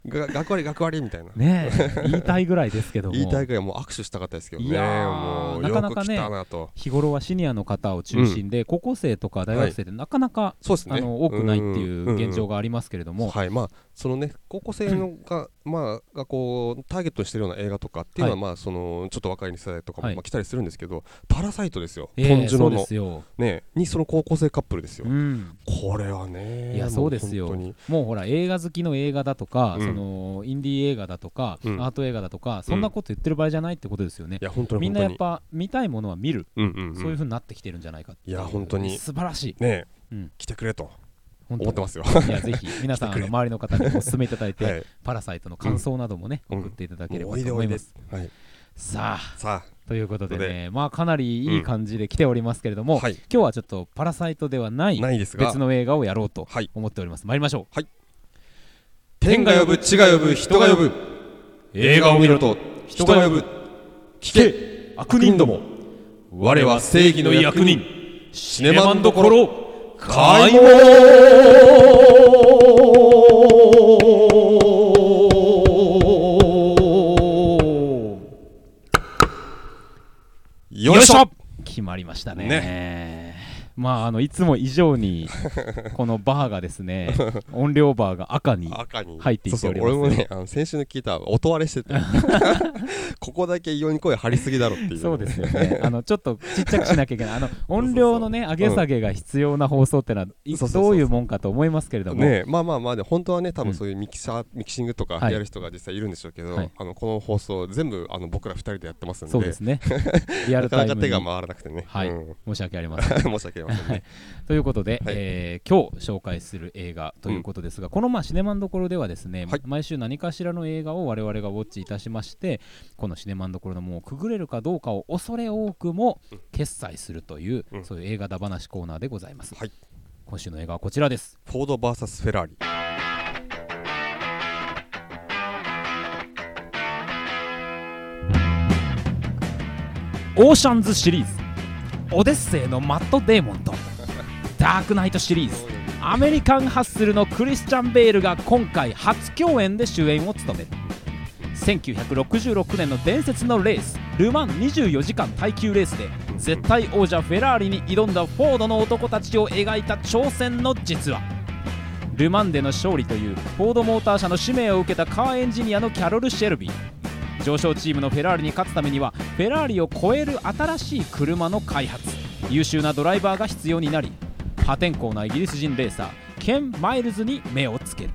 [SPEAKER 2] が学割学割みたいな
[SPEAKER 1] ね え言いたいぐらいですけども
[SPEAKER 2] 言いたいぐらいもう握手したかったですけどね
[SPEAKER 1] いやー
[SPEAKER 2] もう
[SPEAKER 1] な
[SPEAKER 2] よ
[SPEAKER 1] かな
[SPEAKER 2] く
[SPEAKER 1] か
[SPEAKER 2] 来
[SPEAKER 1] ね
[SPEAKER 2] たなと
[SPEAKER 1] 日頃はシニアの方を中心で、高校生とか大学生ってなかなか、
[SPEAKER 2] そうですね
[SPEAKER 1] あの多くないってい
[SPEAKER 2] ん
[SPEAKER 1] う現状
[SPEAKER 2] が
[SPEAKER 1] がありますけれども、
[SPEAKER 2] はいまあそのね高校生の がまあがこうターゲットにしてるような映画とかっていうのは、
[SPEAKER 1] はい
[SPEAKER 2] まあそのちょっと若い世代とかも、
[SPEAKER 1] はい
[SPEAKER 2] まあ、来たりするんですけどパラサイトですよ、
[SPEAKER 1] ええ
[SPEAKER 2] ポンジュノ
[SPEAKER 1] そうで
[SPEAKER 2] の
[SPEAKER 1] すよ、
[SPEAKER 2] ねにその高校生カップルですよ、
[SPEAKER 1] うん、
[SPEAKER 2] これはね
[SPEAKER 1] いやそうですよ
[SPEAKER 2] も本
[SPEAKER 1] もうほら映画好きの映画だとか、
[SPEAKER 2] うん
[SPEAKER 1] そのインディー映画だとか、
[SPEAKER 2] うん
[SPEAKER 1] アート映画だとかそんなこと言ってる場合じゃないってことですよね
[SPEAKER 2] 当にい、や本当に
[SPEAKER 1] みんなやっ
[SPEAKER 2] 本
[SPEAKER 1] ぱ見たいものは見る、
[SPEAKER 2] 当にうんうんうん
[SPEAKER 1] そういうふうになってきてるんじゃないかってう
[SPEAKER 2] いや本当に
[SPEAKER 1] 素晴らしい
[SPEAKER 2] ねえ、
[SPEAKER 1] うん
[SPEAKER 2] 来てくれと
[SPEAKER 1] 本当
[SPEAKER 2] 思ってますよ
[SPEAKER 1] いやぜ ひ皆さん
[SPEAKER 2] 来
[SPEAKER 1] あ
[SPEAKER 2] てく
[SPEAKER 1] の
[SPEAKER 2] れ
[SPEAKER 1] 周りの方にお勧めいただいて、
[SPEAKER 2] はい
[SPEAKER 1] パラサイトの感想などもね、
[SPEAKER 2] うん
[SPEAKER 1] 送っていただけれ
[SPEAKER 2] もう
[SPEAKER 1] ば
[SPEAKER 2] おいで
[SPEAKER 1] と
[SPEAKER 2] お
[SPEAKER 1] 思
[SPEAKER 2] い
[SPEAKER 1] い
[SPEAKER 2] で
[SPEAKER 1] ます、
[SPEAKER 2] はい
[SPEAKER 1] さあ
[SPEAKER 2] さ
[SPEAKER 1] ということで
[SPEAKER 2] という
[SPEAKER 1] ねまあかなりいい感じで来ておりますけれども、
[SPEAKER 2] あはい
[SPEAKER 1] 今日はちょっとパラサイトではない
[SPEAKER 2] ないですが
[SPEAKER 1] 別の映画をやろうと
[SPEAKER 2] はい
[SPEAKER 1] 思っております参りましょう
[SPEAKER 2] 天が呼ぶ地が呼ぶ人が呼ぶ映画を見ろと人が呼ぶ聞け悪人ども我は正義の役人シネマンどころ開門よいしょ
[SPEAKER 1] 決まりましたねまああのいつも以上にこのバーがです ね音量バーが赤に
[SPEAKER 2] 赤に
[SPEAKER 1] 入っていっておりますね
[SPEAKER 2] そうそう俺もねあの先週の聞いた音割れ しててここだけ異様に声張りすぎだろっていう
[SPEAKER 1] そうですよねあのちょっとちっちゃくしなきゃいけないあの音量のね上げ下げが必要な放送ってのはい
[SPEAKER 2] そうそうそう
[SPEAKER 1] どういうもんかと思いますけれども、
[SPEAKER 2] ねえまあまあまあで本当はね多
[SPEAKER 1] うん
[SPEAKER 2] 分そういうミキサー、ミキシングとか
[SPEAKER 1] はい
[SPEAKER 2] やる人が実際いるんでしょうけど、
[SPEAKER 1] はい
[SPEAKER 2] あのこの放送全部あの僕ら二人でやってますんで
[SPEAKER 1] そうですねリアル
[SPEAKER 2] な
[SPEAKER 1] タ
[SPEAKER 2] かな
[SPEAKER 1] イム
[SPEAKER 2] か手
[SPEAKER 1] に
[SPEAKER 2] が回らなくてね、
[SPEAKER 1] はい
[SPEAKER 2] うん、
[SPEAKER 1] 申し訳ありません
[SPEAKER 2] 申し訳ありませんね
[SPEAKER 1] ということで、
[SPEAKER 2] はい
[SPEAKER 1] えー今日紹介する映画ということですが、このまあシネマンどころではですね、
[SPEAKER 2] はい
[SPEAKER 1] 毎週何かしらの映画を我々がウォッチいたしましてこのシネマンどころのもうくぐれるかどうかを恐れ多くも決済するという、
[SPEAKER 2] うん
[SPEAKER 1] そういう映画だ話コーナーでございます、
[SPEAKER 2] はい
[SPEAKER 1] 今週の映画はこちらです
[SPEAKER 2] フォード VS フェラーリ
[SPEAKER 1] オーシャンズシリーズオデッセイのマット・デーモンとダークナイトシリーズアメリカン・ハッスルのクリスチャン・ベールが今回初共演で主演を務める1966年の伝説のレースル・マン24時間耐久レースで絶対王者フェラーリに挑んだフォードの男たちを描いた挑戦の実話ル・マンでの勝利というフォードモーター社の使命を受けたカーエンジニアのキャロル・シェルビー上昇チームのフェラーリに勝つためにはフェラーリを超える新しい車の開発優秀なドライバーが必要になり破天荒なイギリス人レーサーケン・マイルズに目をつける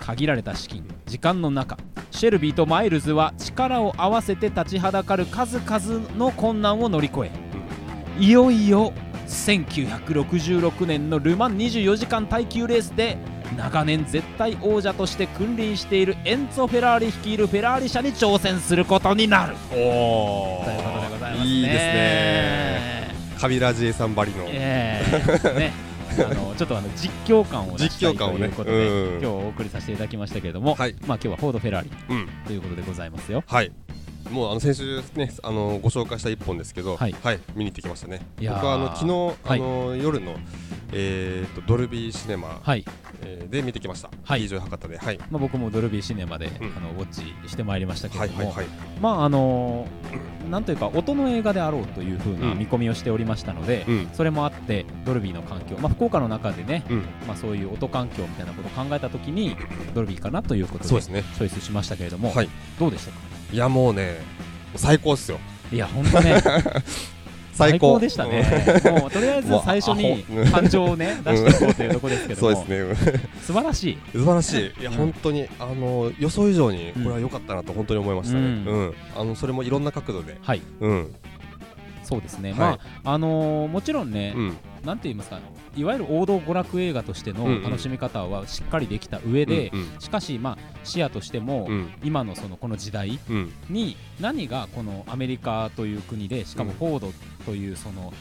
[SPEAKER 1] 限られた資金時間の中シェルビーとマイルズは力を合わせて立ちはだかる数々の困難を乗り越えいよいよ1966年のル・マン24時間耐久レースで長年絶対王者として君臨しているエンツォ・フェラーリ率いるフェラーリ社に挑戦することになる
[SPEAKER 2] お
[SPEAKER 1] ということでございますね。
[SPEAKER 2] いいですねカビラジエさんばりの、
[SPEAKER 1] ええ ねあのちょっとあの実況感を出したい
[SPEAKER 2] 実況
[SPEAKER 1] と
[SPEAKER 2] 感をね
[SPEAKER 1] いうことで、
[SPEAKER 2] う
[SPEAKER 1] 今
[SPEAKER 2] ん
[SPEAKER 1] 日お送りさせていただきましたけれども、
[SPEAKER 2] はい
[SPEAKER 1] まあ今日はフォード・フェラーリ
[SPEAKER 2] うん
[SPEAKER 1] ということでございますよ。
[SPEAKER 2] はいもうあの先週ねあのご紹介した一本ですけど
[SPEAKER 1] は
[SPEAKER 2] はいい、見に行ってきましたね
[SPEAKER 1] い
[SPEAKER 2] 僕
[SPEAKER 1] やー
[SPEAKER 2] はあの昨
[SPEAKER 1] は
[SPEAKER 2] 日
[SPEAKER 1] い
[SPEAKER 2] あの、夜のえー、とドルビーシネマ、
[SPEAKER 1] はい、
[SPEAKER 2] えーで見てきました、
[SPEAKER 1] はい
[SPEAKER 2] 劇場博多ではい
[SPEAKER 1] まあ僕もドルビーシネマで、
[SPEAKER 2] うん
[SPEAKER 1] あのウォッチしてまいりましたけ
[SPEAKER 2] は
[SPEAKER 1] れ
[SPEAKER 2] い
[SPEAKER 1] ども、
[SPEAKER 2] はいはい
[SPEAKER 1] まああのなんというか音の映画であろうというふうな
[SPEAKER 2] うん
[SPEAKER 1] 見込みをしておりましたので、
[SPEAKER 2] うん
[SPEAKER 1] それもあってドルビーの環境、まあ福岡の中でね、
[SPEAKER 2] うん
[SPEAKER 1] まあそういう音環境みたいなことを考えたときにドルビーかなということで
[SPEAKER 2] そうで
[SPEAKER 1] チ
[SPEAKER 2] すね
[SPEAKER 1] ョイスしましたけれども、
[SPEAKER 2] はい
[SPEAKER 1] どうでしたか。
[SPEAKER 2] いやもうね最高っすよ
[SPEAKER 1] いや本当 ね。
[SPEAKER 2] 最高
[SPEAKER 1] でしたね、もうとりあえず最初に
[SPEAKER 2] もうアホ
[SPEAKER 1] 感情をね、出していこうというところです
[SPEAKER 2] う
[SPEAKER 1] け
[SPEAKER 2] ん
[SPEAKER 1] ど
[SPEAKER 2] そう
[SPEAKER 1] も、
[SPEAKER 2] ですね
[SPEAKER 1] 素晴らしい、
[SPEAKER 2] 素晴らしいいや
[SPEAKER 1] うん
[SPEAKER 2] 本当にあの予想以上にこれは良かったなと本当に思いましたね
[SPEAKER 1] う
[SPEAKER 2] うんん、あのそれもいろんな角度で
[SPEAKER 1] はい、
[SPEAKER 2] うん
[SPEAKER 1] そうですね、
[SPEAKER 2] はい
[SPEAKER 1] まああのーもちろんね
[SPEAKER 2] う、ん
[SPEAKER 1] なんて言いますか、いわゆる王道娯楽映画として
[SPEAKER 2] うんう
[SPEAKER 1] の
[SPEAKER 2] ん
[SPEAKER 1] 楽しみ方はしっかりできた上で、
[SPEAKER 2] うん
[SPEAKER 1] しかし、まあ、視野としても、
[SPEAKER 2] うん
[SPEAKER 1] 今のそのこの時代
[SPEAKER 2] うん
[SPEAKER 1] に何がこのアメリカという国でしかも
[SPEAKER 2] うん
[SPEAKER 1] フォードというその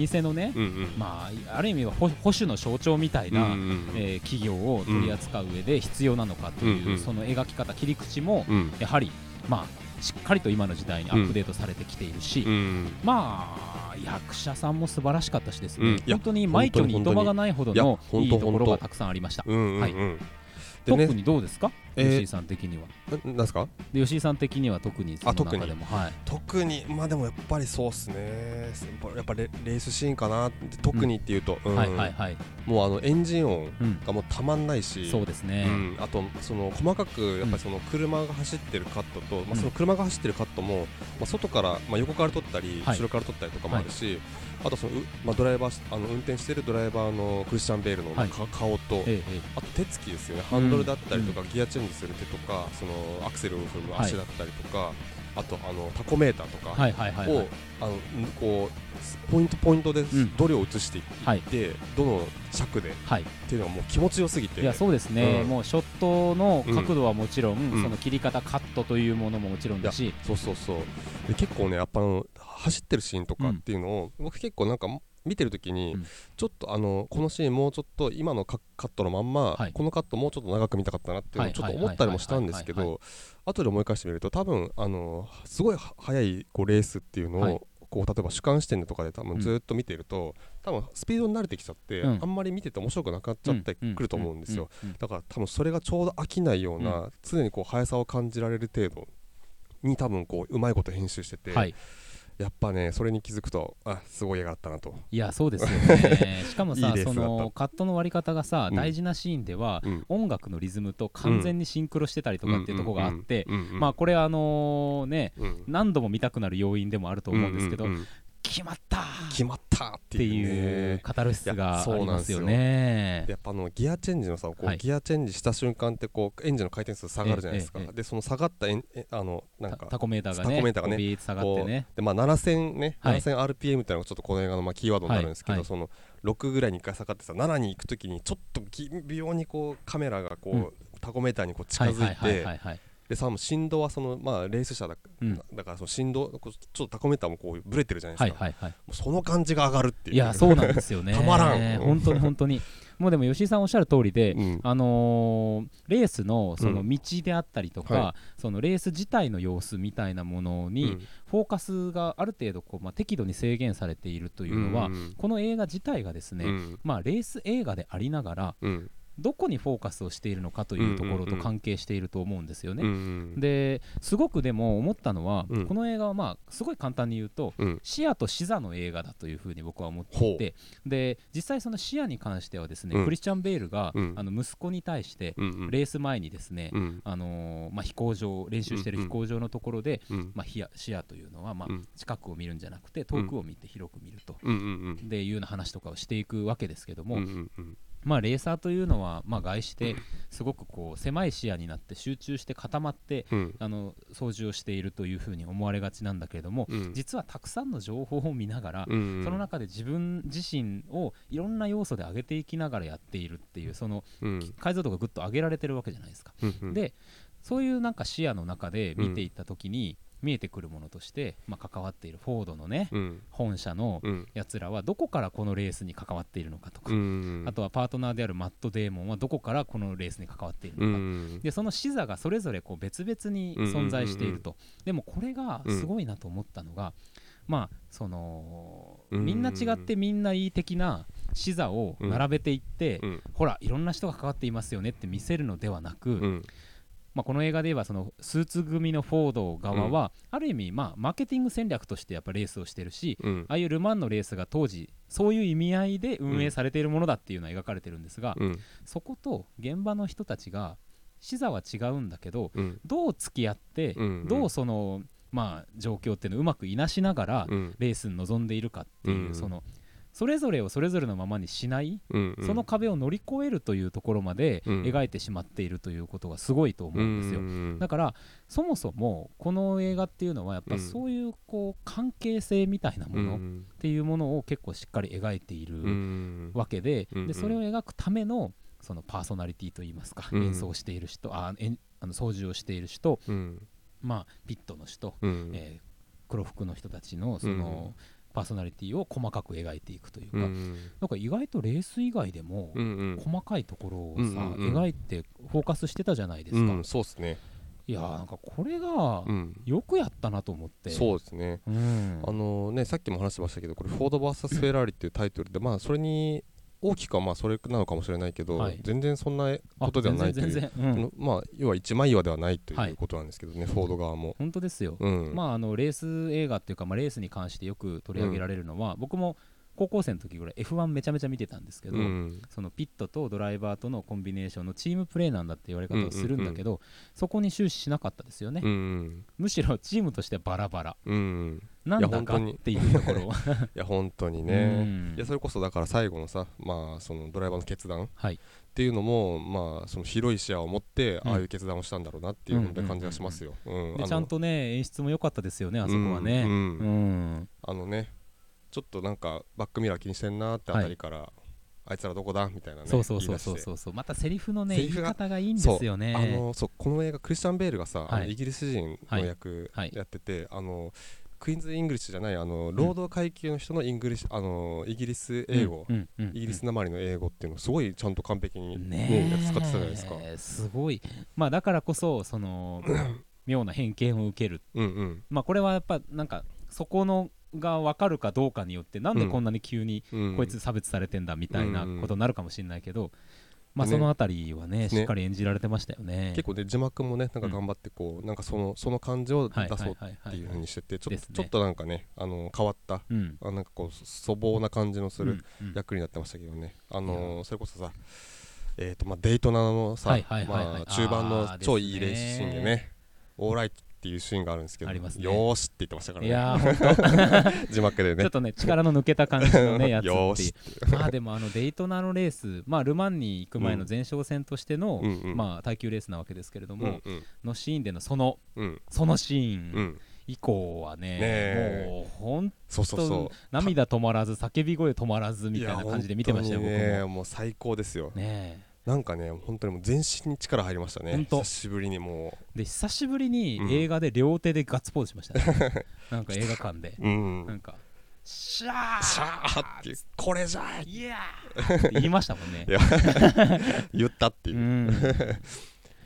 [SPEAKER 1] 老舗のね、
[SPEAKER 2] うんうん
[SPEAKER 1] まあ、ある意味は保保守の象徴みたいな、
[SPEAKER 2] うんうんうん
[SPEAKER 1] えー企業を取り扱う上で必要なのかという、
[SPEAKER 2] うんうん
[SPEAKER 1] その描き方切り口も
[SPEAKER 2] うん
[SPEAKER 1] やはり、まあ、しっかりと今の時代にアップデートされてきているし、
[SPEAKER 2] うん
[SPEAKER 1] まあ役者さんも素晴らしかったしですね、
[SPEAKER 2] うんいや
[SPEAKER 1] 本当に枚挙にいとまがないほど
[SPEAKER 2] いや
[SPEAKER 1] の
[SPEAKER 2] 本当
[SPEAKER 1] いいところ
[SPEAKER 2] 本
[SPEAKER 1] が
[SPEAKER 2] 当
[SPEAKER 1] たくさんありました、
[SPEAKER 2] うんうんうん
[SPEAKER 1] はい
[SPEAKER 2] で
[SPEAKER 1] 特
[SPEAKER 2] ね
[SPEAKER 1] にどうですか
[SPEAKER 2] えー
[SPEAKER 1] 吉井さん的には
[SPEAKER 2] ななんすか
[SPEAKER 1] で吉井さん的には特にその
[SPEAKER 2] あ特
[SPEAKER 1] 中
[SPEAKER 2] に
[SPEAKER 1] でもはい
[SPEAKER 2] 特にまあでもやっぱりそうっすね先輩やっぱレレースシーンかなって特にっていうと、うん
[SPEAKER 1] はいはいはい
[SPEAKER 2] もうあのエンジン音
[SPEAKER 1] うん
[SPEAKER 2] がもうたまんないし
[SPEAKER 1] そうですね
[SPEAKER 2] うん、あとその細かくやっぱりその車が走ってるカットと、まあ、その車が走ってるカットも、まあ、外から、まあ、横から撮ったり、
[SPEAKER 1] はい
[SPEAKER 2] 後ろから撮ったりとかもあるし、あとその、うまあ、ドライバーあの運転してるドライバーのクリスチャン・ベールのか、
[SPEAKER 1] はい
[SPEAKER 2] 顔と
[SPEAKER 1] えええ
[SPEAKER 2] あと手つきですよねハンドルだったりとか、ギアチェンジする手とかそのアクセルを踏む足だったりとか、あとあのタコメーターと
[SPEAKER 1] え
[SPEAKER 2] かを、
[SPEAKER 1] はいはいはいはい
[SPEAKER 2] あのんこうポイントポイントで
[SPEAKER 1] ん
[SPEAKER 2] どれを移していっ
[SPEAKER 1] はい
[SPEAKER 2] て、どの尺でっ
[SPEAKER 1] はい
[SPEAKER 2] ていうのがもう気持ちよすぎて。
[SPEAKER 1] いやそうですね、
[SPEAKER 2] うん
[SPEAKER 1] もうショットの角度はもちろん、
[SPEAKER 2] ん
[SPEAKER 1] その切り方カットというものももちろんだし
[SPEAKER 2] そうそうそうで結構ねやっぱあの走ってるシーンとかっていうのを、僕結構なんか見てるときに、
[SPEAKER 1] うん
[SPEAKER 2] ちょっとあのこのシーンもうちょっと今のカカットのまんま、
[SPEAKER 1] はい
[SPEAKER 2] このカットもうちょっと長く見たかったなっていうの
[SPEAKER 1] は
[SPEAKER 2] を
[SPEAKER 1] い
[SPEAKER 2] ちょっと思ったりもしたんですけ
[SPEAKER 1] はいは
[SPEAKER 2] ど後で思い返してみると多分あのすごいは速いこうレースっていうのを、
[SPEAKER 1] はい
[SPEAKER 2] こう例えば主観視点とかで多
[SPEAKER 1] う
[SPEAKER 2] 分
[SPEAKER 1] ん
[SPEAKER 2] ずーっと見てると、多分スピードに慣れてきちゃって、
[SPEAKER 1] うん
[SPEAKER 2] あんまり見てて面白くなくなっちゃってくると思うんですよ、、
[SPEAKER 1] ううう
[SPEAKER 2] だから多分それがちょうど飽きないような、常にこう速さを感じられる程度に多分こううまいこと編集してて、
[SPEAKER 1] はい
[SPEAKER 2] やっぱねそれに気づくとあすごい映画だったなと、
[SPEAKER 1] いやそうですよ ねしかもさ
[SPEAKER 2] いいレース
[SPEAKER 1] そ
[SPEAKER 2] だった
[SPEAKER 1] のカットの割り方がさ、
[SPEAKER 2] うん
[SPEAKER 1] 大事なシーンでは、
[SPEAKER 2] うん
[SPEAKER 1] 音楽のリズムと完全にシンクロしてたりとかっていうところがあって、まあこれあのね
[SPEAKER 2] あ、うん
[SPEAKER 1] 何度も見たくなる要因でもあると思うんですけど、
[SPEAKER 2] ううん
[SPEAKER 1] 決まったー
[SPEAKER 2] 決まったっ
[SPEAKER 1] ってて
[SPEAKER 2] いう,、
[SPEAKER 1] いう
[SPEAKER 2] ね、
[SPEAKER 1] カタルシス
[SPEAKER 2] い
[SPEAKER 1] が
[SPEAKER 2] や
[SPEAKER 1] あ
[SPEAKER 2] そう
[SPEAKER 1] り
[SPEAKER 2] なん
[SPEAKER 1] ま
[SPEAKER 2] ですすよ
[SPEAKER 1] よね
[SPEAKER 2] やっぱあのギアチェンジのさこう、
[SPEAKER 1] はい
[SPEAKER 2] ギアチェンジした瞬間ってこうエンジンの回転数下がるじゃないですか、
[SPEAKER 1] えええ
[SPEAKER 2] でその下がったエンえあのなん
[SPEAKER 1] た
[SPEAKER 2] か
[SPEAKER 1] タコメーターがね
[SPEAKER 2] タコメーターがね
[SPEAKER 1] ビーッと下がってね
[SPEAKER 2] こうでまあ7000ね、
[SPEAKER 1] はい
[SPEAKER 2] 7000rpm みたいなのがちょっとこの映画のまあキーワードになるんですけど、
[SPEAKER 1] はいはい
[SPEAKER 2] その6ぐらいに1回下がってさ7に行くときにちょっとき微妙にこうカメラがこう、
[SPEAKER 1] うん
[SPEAKER 2] タコメーターにこう近づいて、
[SPEAKER 1] はいはいはいはいはい
[SPEAKER 2] でさもう振動はそのまあレース車だ,、
[SPEAKER 1] うん
[SPEAKER 2] だからその振動こうちょっとタコメーターもこうブレてるじゃないで
[SPEAKER 1] は
[SPEAKER 2] す
[SPEAKER 1] い
[SPEAKER 2] か、
[SPEAKER 1] はいはい
[SPEAKER 2] もうその感じが上がるっていう
[SPEAKER 1] いやそうなんですよね
[SPEAKER 2] たまらん
[SPEAKER 1] 本当に本当にもうでも吉井さんおっしゃる通りで、
[SPEAKER 2] うん
[SPEAKER 1] あのーレースのその
[SPEAKER 2] うん
[SPEAKER 1] 道であったりとか、
[SPEAKER 2] は
[SPEAKER 1] そのレース自体の様子みたいなもの
[SPEAKER 2] う
[SPEAKER 1] に
[SPEAKER 2] ん
[SPEAKER 1] フォーカスがある程度こう、まあ、適度に制限されているというのは、
[SPEAKER 2] うん
[SPEAKER 1] この映画自体がですね、
[SPEAKER 2] うん
[SPEAKER 1] まあ、レース映画でありながら
[SPEAKER 2] うん
[SPEAKER 1] どこにフォーカスをしているのかというところ
[SPEAKER 2] うんうん
[SPEAKER 1] と
[SPEAKER 2] うん
[SPEAKER 1] 関係していると思うんですよね。
[SPEAKER 2] うん
[SPEAKER 1] ですごくでも思ったのは、
[SPEAKER 2] うん
[SPEAKER 1] この映画はまあすごい簡単に言うと、
[SPEAKER 2] うん
[SPEAKER 1] 視野と視座の映画だというふうに僕は思って
[SPEAKER 2] ほ
[SPEAKER 1] いてで実際その視野に関してはですね、
[SPEAKER 2] うん
[SPEAKER 1] クリスチャン・ベールが、
[SPEAKER 2] うん
[SPEAKER 1] あの息子に対して
[SPEAKER 2] うんうん
[SPEAKER 1] レース前にですね、
[SPEAKER 2] うん
[SPEAKER 1] あのーまあ、飛行場練習してる飛行場のところで、
[SPEAKER 2] うん
[SPEAKER 1] まあ、視野視野というのは、まあ
[SPEAKER 2] うん
[SPEAKER 1] 近くを見るんじゃなくて遠くを見て広く見ると。
[SPEAKER 2] うんうん
[SPEAKER 1] でいうような話とかをしていくわけですけども、
[SPEAKER 2] うんうんうん
[SPEAKER 1] まあ、レーサーというのは、まあ、外してすごくこう狭い視野になって集中して固まって
[SPEAKER 2] うん
[SPEAKER 1] あの操縦をしているというふうに思われがちなんだけれども、
[SPEAKER 2] うん
[SPEAKER 1] 実はたくさんの情報を見ながら、
[SPEAKER 2] うん
[SPEAKER 1] その中で自分自身をいろんな要素で上げていきながらやっているっていうその
[SPEAKER 2] うん
[SPEAKER 1] 解像度がぐっと上げられてるわけじゃないですか。
[SPEAKER 2] うんうん
[SPEAKER 1] でそういうなんか視野の中で見ていった時に見えてくるものとして、まあ、関わっているフォードのね、
[SPEAKER 2] うん
[SPEAKER 1] 本社の
[SPEAKER 2] うん
[SPEAKER 1] やつらはどこからこのレースに関わっているのかとか、
[SPEAKER 2] うん
[SPEAKER 1] あとはパートナーであるマット・デーモンはどこからこのレースに関わっているの
[SPEAKER 2] う
[SPEAKER 1] か、
[SPEAKER 2] ん
[SPEAKER 1] でその視座がそれぞれこう別々に存在していると、でもこれがすごいなと思ったのが、まあその
[SPEAKER 2] うん
[SPEAKER 1] みんな違ってみんないい的な視座を並べていって、
[SPEAKER 2] うん
[SPEAKER 1] ほらいろんな人が関わっていますよねって見せるのではなく、
[SPEAKER 2] うん
[SPEAKER 1] まあ、この映画で言えばそのスーツ組のフォード側は、ある意味まあマーケティング戦略としてやっぱレースをしてるし、
[SPEAKER 2] うん
[SPEAKER 1] ああいうル・マンのレースが当時そういう意味合いで運営されているものだっていうのは描かれてるんですが、
[SPEAKER 2] うん
[SPEAKER 1] そこと現場の人たちが視座は違うんだけど
[SPEAKER 2] うん
[SPEAKER 1] どう付き合って、
[SPEAKER 2] うんうん
[SPEAKER 1] どうそのまあ状況っていうのをうまくいなしながら、
[SPEAKER 2] うん
[SPEAKER 1] レースに臨んでいるかっていう、
[SPEAKER 2] うん
[SPEAKER 1] そのそれぞれをそれぞれのままにしない、
[SPEAKER 2] うんうん
[SPEAKER 1] その壁を乗り越えるというところまで
[SPEAKER 2] うん
[SPEAKER 1] 描いてしまっているということがすごいと思うんですよ。
[SPEAKER 2] うん
[SPEAKER 1] だからそもそもこの映画っていうのはやっぱ
[SPEAKER 2] うん
[SPEAKER 1] そういうこう関係性みたいなもの
[SPEAKER 2] う
[SPEAKER 1] っ
[SPEAKER 2] ん
[SPEAKER 1] ていうものを結構しっかり描いている
[SPEAKER 2] うん
[SPEAKER 1] わけで,、
[SPEAKER 2] うんうん
[SPEAKER 1] でそれを描くためのそのパーソナリティといいますか、
[SPEAKER 2] うん
[SPEAKER 1] 演奏している人あ演あの操縦をしている人、
[SPEAKER 2] うん
[SPEAKER 1] まあ、ピットの人、
[SPEAKER 2] うん
[SPEAKER 1] えー黒服の人たちのその、パーソナリティを細かく描いていくというか、
[SPEAKER 2] うん
[SPEAKER 1] なんか意外とレース以外でも
[SPEAKER 2] うんうん
[SPEAKER 1] 細かいところを
[SPEAKER 2] うん
[SPEAKER 1] さ、
[SPEAKER 2] うんうん
[SPEAKER 1] 描いてフォーカスしてたじゃないです
[SPEAKER 2] う
[SPEAKER 1] か、
[SPEAKER 2] んそうですね
[SPEAKER 1] いやーなんかこれが
[SPEAKER 2] うん
[SPEAKER 1] よくやったなと思って、
[SPEAKER 2] そうですね
[SPEAKER 1] うん
[SPEAKER 2] あのねさっきも話してましたけどこれ「フォード VS フェラーリ」っていうタイトルでまあそれに大きくはまあそれなのかもしれないけど、
[SPEAKER 1] はい
[SPEAKER 2] 全然そんな
[SPEAKER 1] あ
[SPEAKER 2] ことではないとい
[SPEAKER 1] 全
[SPEAKER 2] う
[SPEAKER 1] 然全然、うん
[SPEAKER 2] そのまあ要は一枚岩ではないと
[SPEAKER 1] はいいう
[SPEAKER 2] ことなんですけどね、フォード側も。
[SPEAKER 1] 本当ですよ、
[SPEAKER 2] うん
[SPEAKER 1] まああのレース映画っていうか、まあ、レースに関してよく取り上げられるのは、僕も高校生の時ぐらい F1 めちゃめちゃ見てたんですけど、
[SPEAKER 2] うん
[SPEAKER 1] そのピットとドライバーとのコンビネーションのチームプレーなんだって言われ方をするんだけど、そこに終始しなかったですよね、
[SPEAKER 2] うん
[SPEAKER 1] むしろチームとしてバラバラ
[SPEAKER 2] うん、
[SPEAKER 1] なんだか
[SPEAKER 2] 本当に
[SPEAKER 1] っていうところ
[SPEAKER 2] いや本当に
[SPEAKER 1] う
[SPEAKER 2] ね、
[SPEAKER 1] ん
[SPEAKER 2] いやそれこそだから最後のさ、まあ、そのドライバーの決断っ
[SPEAKER 1] はい
[SPEAKER 2] ていうのも、まあ、その広い視野を持って
[SPEAKER 1] うん
[SPEAKER 2] ああいう決断をしたんだろうなっていう
[SPEAKER 1] うん
[SPEAKER 2] 本当に感じがしますよ。う
[SPEAKER 1] で
[SPEAKER 2] あの
[SPEAKER 1] ちゃんとね演出も良かったですよねあそこはね
[SPEAKER 2] う
[SPEAKER 1] う
[SPEAKER 2] んうん
[SPEAKER 1] ん
[SPEAKER 2] あのねちょっとなんかバックミラー気にしてんなーってあたりから、あいつらどこだみたいなね
[SPEAKER 1] そうそうそう
[SPEAKER 2] 言い出して
[SPEAKER 1] そうそうそうまたセリフのね
[SPEAKER 2] セ
[SPEAKER 1] 言
[SPEAKER 2] リ
[SPEAKER 1] い
[SPEAKER 2] フが
[SPEAKER 1] 方がいいんですよね
[SPEAKER 2] あのそうこの映画クリスチャン・ベールがさ、あの
[SPEAKER 1] はい
[SPEAKER 2] イギリス人の役
[SPEAKER 1] はいはい
[SPEAKER 2] やってて、あのクイーンズ・イングリッシュじゃないあの労働階級の人のイングリッシュ、あのイギリス英語、
[SPEAKER 1] うんうんうん
[SPEAKER 2] イギリスなまりの英語っていうのをすごいちゃんと完璧に、
[SPEAKER 1] ね
[SPEAKER 2] うん
[SPEAKER 1] え
[SPEAKER 2] 使ってたじゃないですか。
[SPEAKER 1] すごいまあだからこそそ の妙な偏見を受ける
[SPEAKER 2] うんうん
[SPEAKER 1] まあこれはやっぱなんかそこのが分かるかどうかによってなんでこんなに急に
[SPEAKER 2] うん、
[SPEAKER 1] こいつ差別されてんだみたいなことになるかもしれないけど、まあそのあたりはね
[SPEAKER 2] ね
[SPEAKER 1] しっかり演じられてましたよね。
[SPEAKER 2] 結構ね字幕もねなんか頑張ってこう、なんかそのその感じを出
[SPEAKER 1] はいは
[SPEAKER 2] そう
[SPEAKER 1] いはい
[SPEAKER 2] っ
[SPEAKER 1] は
[SPEAKER 2] て
[SPEAKER 1] い
[SPEAKER 2] いうふうにしてて、ちょっ
[SPEAKER 1] で
[SPEAKER 2] と
[SPEAKER 1] すね
[SPEAKER 2] ちょっとなんかねあの変わった
[SPEAKER 1] うん
[SPEAKER 2] あなんかこうそ粗暴な感じのする、
[SPEAKER 1] うんうん
[SPEAKER 2] 役になってましたけどね、あ
[SPEAKER 1] い
[SPEAKER 2] のーそれこそさ、えーとまあ、デイトナのさ、
[SPEAKER 1] はいはいはいはい
[SPEAKER 2] まあ、中盤
[SPEAKER 1] あー
[SPEAKER 2] の超いいレ
[SPEAKER 1] で
[SPEAKER 2] ース
[SPEAKER 1] すね
[SPEAKER 2] シーンでね、オーライトっていうシーンがあるんですけど、
[SPEAKER 1] ありますね
[SPEAKER 2] よーしって言ってましたか
[SPEAKER 1] い
[SPEAKER 2] ら
[SPEAKER 1] やー
[SPEAKER 2] ね、
[SPEAKER 1] ほんと
[SPEAKER 2] 字
[SPEAKER 1] ち
[SPEAKER 2] 幕で
[SPEAKER 1] ょ
[SPEAKER 2] ね
[SPEAKER 1] っ。と ね力の抜けた感じのねやつ
[SPEAKER 2] よーし
[SPEAKER 1] っていうまあでもあのデイトナのレースまあル・マンに行く前の前哨戦としての、
[SPEAKER 2] うんうん
[SPEAKER 1] まあ耐久レースなわけですけれど
[SPEAKER 2] う
[SPEAKER 1] も、
[SPEAKER 2] んうん
[SPEAKER 1] のシーンでのその
[SPEAKER 2] うん
[SPEAKER 1] そのシー
[SPEAKER 2] う
[SPEAKER 1] ン
[SPEAKER 2] ん、
[SPEAKER 1] 以降はね
[SPEAKER 2] ねえ
[SPEAKER 1] もう本
[SPEAKER 2] そうそう
[SPEAKER 1] 当
[SPEAKER 2] そう
[SPEAKER 1] 涙止まらず叫び声止まらずみたいな感じで見てましたよ
[SPEAKER 2] い
[SPEAKER 1] 僕も
[SPEAKER 2] や本当にね
[SPEAKER 1] ね
[SPEAKER 2] もう最高ですよ、
[SPEAKER 1] え
[SPEAKER 2] なんかね本当にもう全身に力入りましたね
[SPEAKER 1] 本当
[SPEAKER 2] 久しぶりにも
[SPEAKER 1] で久しぶりに
[SPEAKER 2] うん
[SPEAKER 1] 映画で両手でガッツポーズしましたね なんか映画館で
[SPEAKER 2] ううん、
[SPEAKER 1] なんか「シャー
[SPEAKER 2] シャーっていうこれじゃーい
[SPEAKER 1] イエー!」って言いましたもんね
[SPEAKER 2] いや言ったっていう、
[SPEAKER 1] う
[SPEAKER 2] い
[SPEAKER 1] ん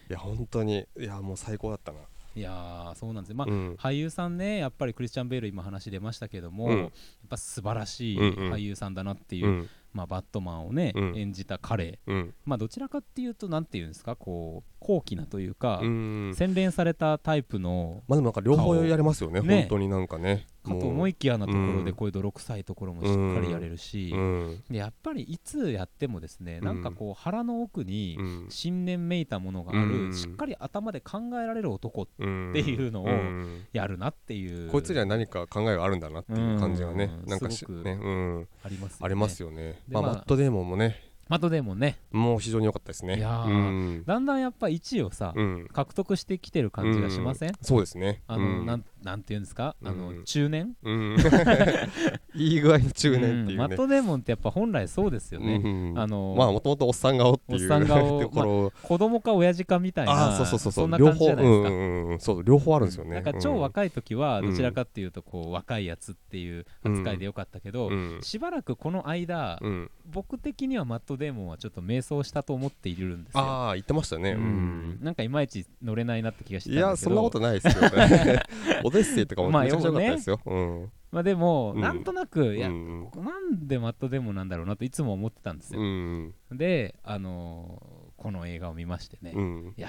[SPEAKER 2] や本当にいやもう最高だったな、
[SPEAKER 1] いやーそうなんですよまあ
[SPEAKER 2] うん
[SPEAKER 1] 俳優さんねやっぱりクリスチャン・ベール今話出ましたけども、
[SPEAKER 2] うん
[SPEAKER 1] やっぱ素晴らしい
[SPEAKER 2] うんうん
[SPEAKER 1] 俳優さんだなっていう、
[SPEAKER 2] うん
[SPEAKER 1] まあ、バットマンをね、
[SPEAKER 2] うん
[SPEAKER 1] 演じた彼
[SPEAKER 2] うん
[SPEAKER 1] まあどちらかっていうとなんていうんですかこう高貴なというか、
[SPEAKER 2] うん、
[SPEAKER 1] 洗練されたタイプの
[SPEAKER 2] まあでもなんか両方やれますよね、
[SPEAKER 1] 顔ね
[SPEAKER 2] 本当になんかね。
[SPEAKER 1] かと思いきやなところ
[SPEAKER 2] う
[SPEAKER 1] で
[SPEAKER 2] ん
[SPEAKER 1] こういう泥臭いところもしっかりやれるし、
[SPEAKER 2] うん
[SPEAKER 1] でやっぱりいつやってもですね、
[SPEAKER 2] うん
[SPEAKER 1] なんかこう腹の奥に
[SPEAKER 2] うん
[SPEAKER 1] 信念めいたものがある、
[SPEAKER 2] うん
[SPEAKER 1] しっかり頭で考えられる男
[SPEAKER 2] うん
[SPEAKER 1] っていうのを
[SPEAKER 2] ん
[SPEAKER 1] やるなっていう
[SPEAKER 2] こいつには何か考えがあるんだなっていう感じがね、
[SPEAKER 1] うん
[SPEAKER 2] なんかし
[SPEAKER 1] すごく
[SPEAKER 2] ね、うん、
[SPEAKER 1] ありますよね
[SPEAKER 2] ありますよね。
[SPEAKER 1] で
[SPEAKER 2] まあ、
[SPEAKER 1] まあ
[SPEAKER 2] マットデーモンもね、
[SPEAKER 1] まあとでもね
[SPEAKER 2] もう非常に良かったですね。
[SPEAKER 1] いやー
[SPEAKER 2] うん
[SPEAKER 1] だんだんやっぱ1位をさ、
[SPEAKER 2] うん
[SPEAKER 1] 獲得してきてる感じがしません、
[SPEAKER 2] うそうですね。
[SPEAKER 1] あの、
[SPEAKER 2] うん
[SPEAKER 1] なんなんていうんですか、あ
[SPEAKER 2] う
[SPEAKER 1] の
[SPEAKER 2] ん
[SPEAKER 1] 中年
[SPEAKER 2] うん いい具合に中年っていうね。
[SPEAKER 1] んマットデーモンってやっぱ本来そうですよね、
[SPEAKER 2] うん
[SPEAKER 1] あの
[SPEAKER 2] まあ、もともとおっさん顔って
[SPEAKER 1] お
[SPEAKER 2] い
[SPEAKER 1] っ
[SPEAKER 2] う
[SPEAKER 1] さん顔
[SPEAKER 2] ところを、
[SPEAKER 1] 子供か親父かみたいな
[SPEAKER 2] あーそうそうそうそう、
[SPEAKER 1] んな感じじゃないですか、
[SPEAKER 2] 両方うんうんうん、そう、両方あるんですよね。
[SPEAKER 1] なんか超若い時は
[SPEAKER 2] うん
[SPEAKER 1] どちらかっていうとこう若いやつっていう扱いでよかったけど、
[SPEAKER 2] うん
[SPEAKER 1] しばらくこの間、
[SPEAKER 2] うん、
[SPEAKER 1] 僕的にはマットデーモンはちょっと迷走したと思っているんですよ、
[SPEAKER 2] ああ、言ってましたね。
[SPEAKER 1] う
[SPEAKER 2] うんん、
[SPEAKER 1] なんかいまいち乗れないなって気がして
[SPEAKER 2] い
[SPEAKER 1] たんだけど
[SPEAKER 2] や、そんなことないですよ、 ね。オデッセイとかもめちゃめちゃ良かったですよ。うん
[SPEAKER 1] まあでも、
[SPEAKER 2] うん
[SPEAKER 1] なんとなくいや、
[SPEAKER 2] うん
[SPEAKER 1] なんでマットデーモンなんだろうなといつも思ってたんです
[SPEAKER 2] う
[SPEAKER 1] よ、
[SPEAKER 2] ん
[SPEAKER 1] であのーこの映画を見ましてね、
[SPEAKER 2] う
[SPEAKER 1] い
[SPEAKER 2] ん、
[SPEAKER 1] や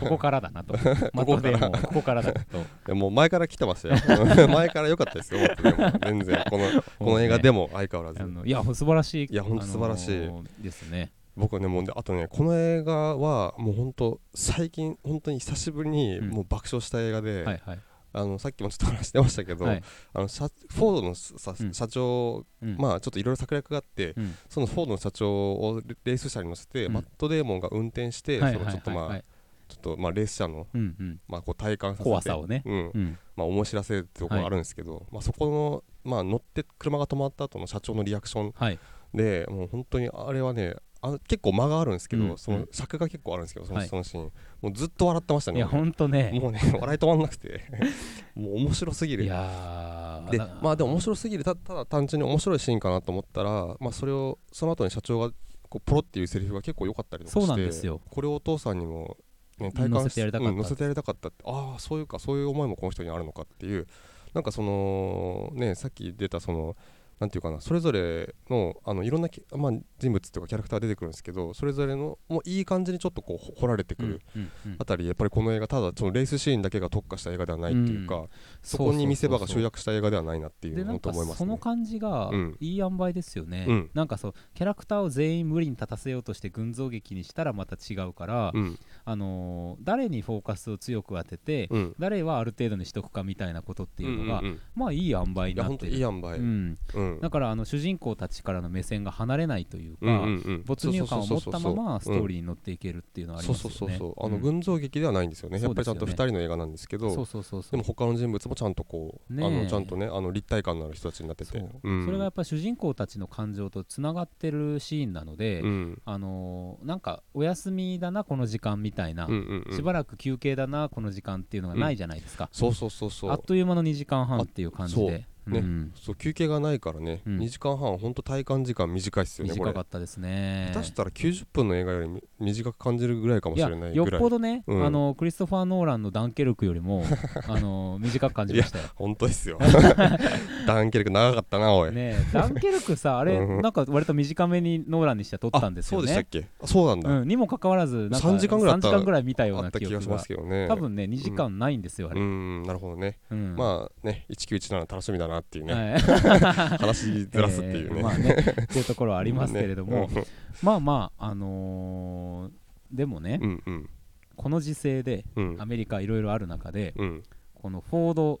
[SPEAKER 1] ここからだ なとマットデーモンはここからだなと
[SPEAKER 2] いやもう前から来てましたよ 前から良かったですよ僕でも全然このこの映画でも相変わら
[SPEAKER 1] あ
[SPEAKER 2] ず、
[SPEAKER 1] のいやほん素晴らしい
[SPEAKER 2] いやほんと素晴らしい
[SPEAKER 1] あのーですね
[SPEAKER 2] 僕はねもうねあとねこの映画はもう本当最近本当に久しぶりに
[SPEAKER 1] うん
[SPEAKER 2] もう爆笑した映画
[SPEAKER 1] は
[SPEAKER 2] で、
[SPEAKER 1] いはい
[SPEAKER 2] あのさっきもちょっと話してましたけど、
[SPEAKER 1] はい
[SPEAKER 2] あの社フォードのさ
[SPEAKER 1] うん
[SPEAKER 2] 社長、
[SPEAKER 1] うん
[SPEAKER 2] まあちょっといろいろ策略があって、
[SPEAKER 1] うん
[SPEAKER 2] そのフォードの社長をレレース車に乗せて、
[SPEAKER 1] うん
[SPEAKER 2] マット・デーモンが運転して、
[SPEAKER 1] はい
[SPEAKER 2] そのちょっとまあ、
[SPEAKER 1] はいはいはい
[SPEAKER 2] ちょっとまあレース車の、
[SPEAKER 1] うんうん
[SPEAKER 2] まあ、こう体感させて
[SPEAKER 1] 怖さをね
[SPEAKER 2] うん
[SPEAKER 1] うん
[SPEAKER 2] まあ、思い知らせるってところあるんですけど、まあ、そこの、まあ、乗って車が止まった後の社長のリアクション
[SPEAKER 1] はい
[SPEAKER 2] でもう本当にあれはねあ結構間があるんですけど、
[SPEAKER 1] うん
[SPEAKER 2] その尺が結構あるんですけどその,、
[SPEAKER 1] はい
[SPEAKER 2] そのシーンもうずっと笑ってました
[SPEAKER 1] い
[SPEAKER 2] ね
[SPEAKER 1] やほんとね
[SPEAKER 2] もうね笑い止まんな くてもう面白すぎ
[SPEAKER 1] い
[SPEAKER 2] る
[SPEAKER 1] やー
[SPEAKER 2] で
[SPEAKER 1] な
[SPEAKER 2] まあでも面白すぎるたただ単純に面白いシーンかなと思ったら、まあ、それをその後に社長がこうポロっていうセリフが結構良かったりとかして
[SPEAKER 1] そうなんですよ
[SPEAKER 2] これをお父さんにも、ね、体感
[SPEAKER 1] 乗せてやりたかった
[SPEAKER 2] うん乗せてやりたかったってああそういうかそういう思いもこの人にあるのかっていうなんかそのねさっき出たそのなんていうかなそれぞれのあのいろんなき、まあ、人物というかキャラクター出てくるんですけどそれぞれのもういい感じにちょっとこうほ掘られてくる
[SPEAKER 1] うんうん
[SPEAKER 2] あたりやっぱりこの映画ただそのレースシーンだけが特化した映画ではないっていうか、そこに見せ場が集約した映画ではないなっていう
[SPEAKER 1] でな
[SPEAKER 2] の
[SPEAKER 1] ん
[SPEAKER 2] と
[SPEAKER 1] か
[SPEAKER 2] 思います
[SPEAKER 1] その
[SPEAKER 2] ね。
[SPEAKER 1] 感じが
[SPEAKER 2] うん
[SPEAKER 1] いい塩梅ですよね、
[SPEAKER 2] うん
[SPEAKER 1] なんかそうキャラクターを全員無理に立たせようとして群像劇にしたらまた違うから、
[SPEAKER 2] うん
[SPEAKER 1] あのー誰にフォーカスを強く当てて、
[SPEAKER 2] うん、っ
[SPEAKER 1] 誰はある程度にしとくかみたいなことって
[SPEAKER 2] て
[SPEAKER 1] いうのが、
[SPEAKER 2] んうん
[SPEAKER 1] まあいい塩梅
[SPEAKER 2] い
[SPEAKER 1] に
[SPEAKER 2] や
[SPEAKER 1] な
[SPEAKER 2] 本
[SPEAKER 1] っ
[SPEAKER 2] 当
[SPEAKER 1] て
[SPEAKER 2] にいい
[SPEAKER 1] る
[SPEAKER 2] 塩梅、
[SPEAKER 1] う
[SPEAKER 2] うん
[SPEAKER 1] ん、
[SPEAKER 2] うん
[SPEAKER 1] だからあの主人公たちからの目線が離れないというか、
[SPEAKER 2] うん
[SPEAKER 1] 没入感を持ったままストー
[SPEAKER 2] リ
[SPEAKER 1] リーに乗っていけるっていうのはあり
[SPEAKER 2] そう
[SPEAKER 1] ます
[SPEAKER 2] そ
[SPEAKER 1] よ
[SPEAKER 2] う
[SPEAKER 1] ね
[SPEAKER 2] そうそうあの
[SPEAKER 1] うん
[SPEAKER 2] 群像劇ではないんですよね、やっぱりちゃんと
[SPEAKER 1] そうで
[SPEAKER 2] 2
[SPEAKER 1] すよ
[SPEAKER 2] 人の映画なんですけど
[SPEAKER 1] そうそうそうそう
[SPEAKER 2] でも他の人物もちゃんとこう、
[SPEAKER 1] ねえ
[SPEAKER 2] あのちゃんとねあの立体感のある人たちになって
[SPEAKER 1] そ
[SPEAKER 2] て
[SPEAKER 1] う、
[SPEAKER 2] うん
[SPEAKER 1] それがやっぱ主人公たちの感情とつながってるシーンなので、
[SPEAKER 2] うん
[SPEAKER 1] あのーなんかお休みだなこの時間みたいな、
[SPEAKER 2] うんうんうん
[SPEAKER 1] しばらく休憩だなこの時間っていうのがないじゃないですか、
[SPEAKER 2] そうそうそうそ
[SPEAKER 1] あっ
[SPEAKER 2] う
[SPEAKER 1] という間の2時間半っていう感じ
[SPEAKER 2] あそ
[SPEAKER 1] で、
[SPEAKER 2] うね
[SPEAKER 1] うん
[SPEAKER 2] そう休憩がないからね、
[SPEAKER 1] うん
[SPEAKER 2] 2時間半ほんと体感時間短いっすよねこ
[SPEAKER 1] 短
[SPEAKER 2] れ
[SPEAKER 1] かったですね
[SPEAKER 2] 下手したら90分の映画よりみ短く感じるぐらいかも
[SPEAKER 1] い
[SPEAKER 2] し
[SPEAKER 1] や
[SPEAKER 2] れない
[SPEAKER 1] よ
[SPEAKER 2] ぐ
[SPEAKER 1] っ
[SPEAKER 2] らい
[SPEAKER 1] ぽどね、
[SPEAKER 2] うん
[SPEAKER 1] あのクリストファー・ノーランのダンケルクより もあの短く感じましたよ
[SPEAKER 2] 本当で すよダンケルク長かったなおい、
[SPEAKER 1] ねえダンケルクさあれ
[SPEAKER 2] うん
[SPEAKER 1] なんか割と短めにノーランにしては撮ったんです
[SPEAKER 2] そ
[SPEAKER 1] よ
[SPEAKER 2] うでしたっ
[SPEAKER 1] ね
[SPEAKER 2] けあそうなんだ、
[SPEAKER 1] うん、にもかかわらずなんか
[SPEAKER 2] 3時間ぐらい
[SPEAKER 1] 3
[SPEAKER 2] あっ
[SPEAKER 1] 時
[SPEAKER 2] た
[SPEAKER 1] 間ぐらい見たよう
[SPEAKER 2] あっ
[SPEAKER 1] な
[SPEAKER 2] た
[SPEAKER 1] 記
[SPEAKER 2] 気が
[SPEAKER 1] 憶
[SPEAKER 2] しま
[SPEAKER 1] が
[SPEAKER 2] すけどね
[SPEAKER 1] 多分ね2時間ないんですよあ
[SPEAKER 2] う
[SPEAKER 1] れ、
[SPEAKER 2] んなるほどね、
[SPEAKER 1] うん
[SPEAKER 2] まあね1917楽しみだなっていうね、
[SPEAKER 1] はい
[SPEAKER 2] 話しずらすっていうね、
[SPEAKER 1] えーまあねっていうところはありますけれども、
[SPEAKER 2] ね
[SPEAKER 1] まあまああのーでもね、
[SPEAKER 2] うんうん
[SPEAKER 1] この時勢で
[SPEAKER 2] うんうん
[SPEAKER 1] アメリカいろいろある中で
[SPEAKER 2] うん
[SPEAKER 1] このフォード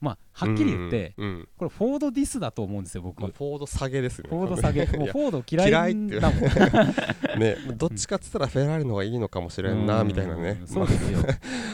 [SPEAKER 1] まあはっきり言って、
[SPEAKER 2] うんうん
[SPEAKER 1] これフォードディスだと思うんですよ僕、
[SPEAKER 2] まあフォード下げですね
[SPEAKER 1] フォード下げもう
[SPEAKER 2] いや
[SPEAKER 1] フォード嫌いだもん
[SPEAKER 2] 嫌ねどっちかっつったらフェラーリの方がいいのかもしれんな
[SPEAKER 1] うん
[SPEAKER 2] みたいなね
[SPEAKER 1] そ
[SPEAKER 2] ま
[SPEAKER 1] う
[SPEAKER 2] あ
[SPEAKER 1] ですよ、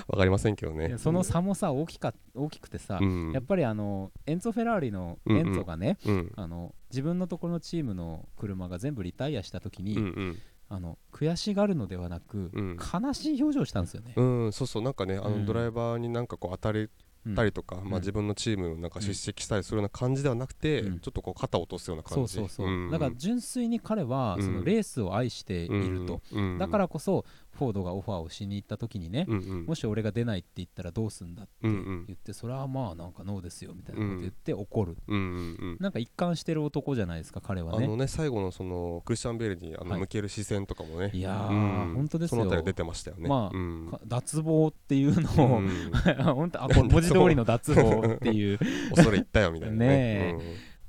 [SPEAKER 2] わかりませんけどね
[SPEAKER 1] いやその差もさ大きか大きくてさ、
[SPEAKER 2] うん
[SPEAKER 1] やっぱりあのエンツォ・フェラーリの
[SPEAKER 2] うん
[SPEAKER 1] エ
[SPEAKER 2] うん
[SPEAKER 1] ンツォがね、
[SPEAKER 2] うん
[SPEAKER 1] あの自分のところのチームの車が全部リタイアした時に、
[SPEAKER 2] うんうん
[SPEAKER 1] あの悔しがるのではなく、
[SPEAKER 2] うん
[SPEAKER 1] 悲しい表情をしたんですよね。
[SPEAKER 2] うん、そうそうなんかねあ
[SPEAKER 1] うん
[SPEAKER 2] のドライバーになんかこう当たれたりとか、
[SPEAKER 1] ん
[SPEAKER 2] まあ、自分のチームのなんか出席したりするような感じではなくて、
[SPEAKER 1] うん
[SPEAKER 2] ちょっとこう肩を落とすような
[SPEAKER 1] そ
[SPEAKER 2] 感
[SPEAKER 1] う
[SPEAKER 2] じ
[SPEAKER 1] そうそう、
[SPEAKER 2] ん
[SPEAKER 1] だから純粋に彼は
[SPEAKER 2] うん
[SPEAKER 1] そのレースを愛していると、、
[SPEAKER 2] うんうん
[SPEAKER 1] だからこそフォードがオファーをしに行った時にね、
[SPEAKER 2] うんうん
[SPEAKER 1] もし俺が出ないって言ったらどうすんだって
[SPEAKER 2] うんう
[SPEAKER 1] 言
[SPEAKER 2] ん
[SPEAKER 1] って、それはまあなんかノーですよみたいなこと言って怒る、
[SPEAKER 2] うんうんうん
[SPEAKER 1] なんか一貫してる男じゃないですか彼は
[SPEAKER 2] あの
[SPEAKER 1] ね
[SPEAKER 2] ね最後のそのクリスチャン・ベールにあ
[SPEAKER 1] は
[SPEAKER 2] の
[SPEAKER 1] い
[SPEAKER 2] 向ける視線とかもね、
[SPEAKER 1] いやー
[SPEAKER 2] うん
[SPEAKER 1] 本当ですよ
[SPEAKER 2] そのあたり出てましたよね。
[SPEAKER 1] まあ
[SPEAKER 2] うん
[SPEAKER 1] か脱帽っていうの
[SPEAKER 2] う
[SPEAKER 1] を、
[SPEAKER 2] ん
[SPEAKER 1] 本当あこれ文字通りの脱帽っていう
[SPEAKER 2] 恐れ入ったよみたいなね。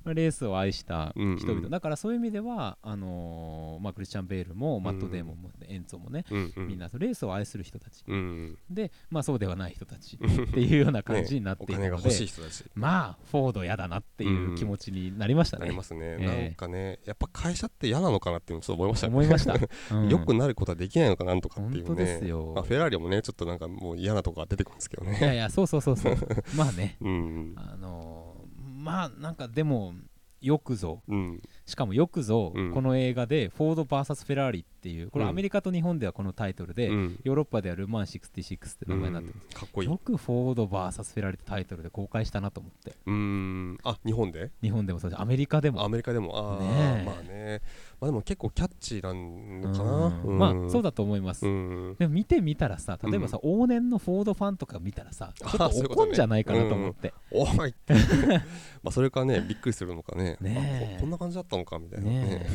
[SPEAKER 1] レースを愛した人々、
[SPEAKER 2] うんうん
[SPEAKER 1] だからそういう意味ではあのーまあ、クリスチャン・ベールもマット・デーモンも、エンツォもね、
[SPEAKER 2] うんうんうん
[SPEAKER 1] みんなレースを愛する人たち
[SPEAKER 2] うん
[SPEAKER 1] で、まあ、そうではない人たちっていうような感じになっ
[SPEAKER 2] お
[SPEAKER 1] ている
[SPEAKER 2] 金が
[SPEAKER 1] の
[SPEAKER 2] 欲
[SPEAKER 1] で、
[SPEAKER 2] しい人たち
[SPEAKER 1] まあフォードやだなっていう気持ちになりました
[SPEAKER 2] な
[SPEAKER 1] ね。
[SPEAKER 2] りますね、
[SPEAKER 1] ええ
[SPEAKER 2] なんかねやっぱ会社って嫌なのかなっていうのちょっと思いましたね
[SPEAKER 1] 思いました。 うん
[SPEAKER 2] 良くなることはできないのかなんとかっていうね
[SPEAKER 1] 本当ですよ
[SPEAKER 2] まあ、フェラーリもねちょっとなんかもう嫌なとこが出てくるんですけど
[SPEAKER 1] いや
[SPEAKER 2] ね
[SPEAKER 1] いやそうそうそうそうまあね
[SPEAKER 2] うん
[SPEAKER 1] あのーまあなんかでもよくぞ
[SPEAKER 2] うん
[SPEAKER 1] しかもよくぞ、
[SPEAKER 2] うん
[SPEAKER 1] この映画でフォード VS フェラーリっていうこれ
[SPEAKER 2] うん
[SPEAKER 1] アメリカと日本ではこのタイトルで、
[SPEAKER 2] うん
[SPEAKER 1] ヨーロッパではル・マン66って名前になってます、
[SPEAKER 2] かっこいい
[SPEAKER 1] よくフォード VS フェラーリってタイトルで公開したなと思って
[SPEAKER 2] うんあ日本で
[SPEAKER 1] 日本でもそうだしアメリカでも
[SPEAKER 2] アメリカでもあ
[SPEAKER 1] ねえ
[SPEAKER 2] あまあねまあでも結構キャッチーなのかな
[SPEAKER 1] うんまあそう
[SPEAKER 2] だ
[SPEAKER 1] だと思います、
[SPEAKER 2] うん
[SPEAKER 1] でも見てみたらさ例えばさ、往年のフォードファンとか見たらさちょ
[SPEAKER 2] あ
[SPEAKER 1] っと
[SPEAKER 2] そういうこと
[SPEAKER 1] 怒ん
[SPEAKER 2] ね
[SPEAKER 1] じゃないかなと思って
[SPEAKER 2] おい ってまあそれかねびっくりするのかね
[SPEAKER 1] ねえ
[SPEAKER 2] あここんな感じだったのかみたいなね
[SPEAKER 1] ね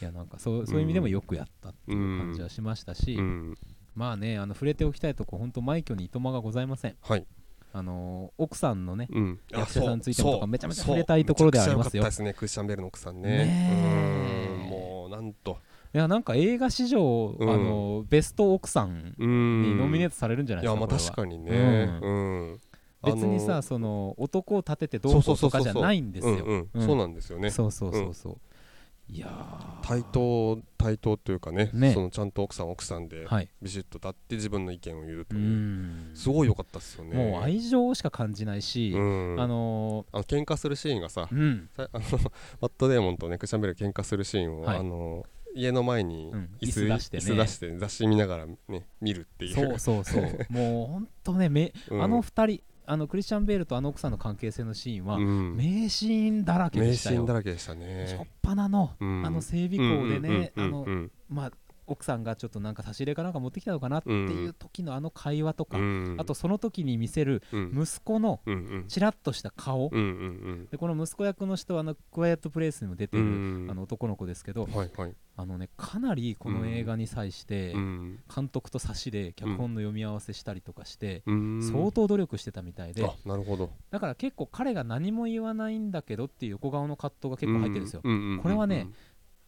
[SPEAKER 1] えい やなんかそうそういう意味でもよくやったっていう感じはしましたし、
[SPEAKER 2] うん
[SPEAKER 1] まあねあの触れておきたいとこ本当枚挙にいとまがございません
[SPEAKER 2] はい、
[SPEAKER 1] あのー奥さんのね
[SPEAKER 2] うん、あ
[SPEAKER 1] 役者さんについても
[SPEAKER 2] そう
[SPEAKER 1] とかめちゃめちゃ
[SPEAKER 2] そう
[SPEAKER 1] 触れたいところではありますよ
[SPEAKER 2] めちゃくちゃ良かったですねクリスチャン・ベールの奥さんね
[SPEAKER 1] ねえ
[SPEAKER 2] うんもうなんと
[SPEAKER 1] いやなんか映画史上、
[SPEAKER 2] うん
[SPEAKER 1] あのベスト奥さんにノミネー
[SPEAKER 2] ト
[SPEAKER 1] トされるんじゃない
[SPEAKER 2] い
[SPEAKER 1] です
[SPEAKER 2] や
[SPEAKER 1] か、
[SPEAKER 2] まあ
[SPEAKER 1] これは
[SPEAKER 2] 確かにね、
[SPEAKER 1] う
[SPEAKER 2] うん
[SPEAKER 1] 別にさ、
[SPEAKER 2] あの
[SPEAKER 1] その男を立ててどうこうとかじゃないんですよ、
[SPEAKER 2] うんうん
[SPEAKER 1] うん
[SPEAKER 2] そうなんですよね
[SPEAKER 1] そうそうそうそう、いやー
[SPEAKER 2] 対等対等というかね
[SPEAKER 1] ね
[SPEAKER 2] そのちゃんと奥さんは奥さんで
[SPEAKER 1] はい
[SPEAKER 2] ビシッと立って自分の意見を言う
[SPEAKER 1] う
[SPEAKER 2] という、
[SPEAKER 1] ん
[SPEAKER 2] すごい良かったですよね
[SPEAKER 1] もう愛情しか感じないし、
[SPEAKER 2] うん
[SPEAKER 1] あの
[SPEAKER 2] あの喧嘩するシーンがさ
[SPEAKER 1] ーうん
[SPEAKER 2] さあの マット・デーモンとねクリスチャン・ベールが喧嘩するシーンを、
[SPEAKER 1] はい
[SPEAKER 2] あの家の前に
[SPEAKER 1] うん
[SPEAKER 2] 椅子,、
[SPEAKER 1] 椅子出してね
[SPEAKER 2] 椅子出して雑誌見ながらね見るっていう
[SPEAKER 1] そうそうそうもうほんとねめ、
[SPEAKER 2] うん
[SPEAKER 1] あの二人あのクリスチャン・ベールとあの奥さんの関係性のシーンは、
[SPEAKER 2] うん
[SPEAKER 1] 名シーンだらけで
[SPEAKER 2] 名
[SPEAKER 1] し
[SPEAKER 2] シ
[SPEAKER 1] た
[SPEAKER 2] ーン
[SPEAKER 1] よ
[SPEAKER 2] だらけでした
[SPEAKER 1] しょっ
[SPEAKER 2] ね
[SPEAKER 1] ぱなの、
[SPEAKER 2] うん
[SPEAKER 1] あの整備工でね、
[SPEAKER 2] うんうんうん
[SPEAKER 1] あの
[SPEAKER 2] うん
[SPEAKER 1] まあ奥さんがちょっとなんか差し入れかなんか持ってきたのかなっていう時のあの会話とか、
[SPEAKER 2] うん
[SPEAKER 1] あとその時に見せる
[SPEAKER 2] うん
[SPEAKER 1] 息子の
[SPEAKER 2] うんうん
[SPEAKER 1] ちらっとした顔、
[SPEAKER 2] うんうん
[SPEAKER 1] でこの息子役の人はあのクワイエットプレイスにも出て
[SPEAKER 2] う
[SPEAKER 1] る、
[SPEAKER 2] ん
[SPEAKER 1] あの男の子ですけど
[SPEAKER 2] はいはい
[SPEAKER 1] あのねかなりこの映画に際して
[SPEAKER 2] うん
[SPEAKER 1] 監督と差しで脚本の読み合わせしたりとかして
[SPEAKER 2] うん
[SPEAKER 1] 相当努力してたみたいで
[SPEAKER 2] あなるほど
[SPEAKER 1] だから結構彼が何も言わないんだけどっていう横顔の葛藤が結構入ってるんですよ
[SPEAKER 2] ううう
[SPEAKER 1] これはね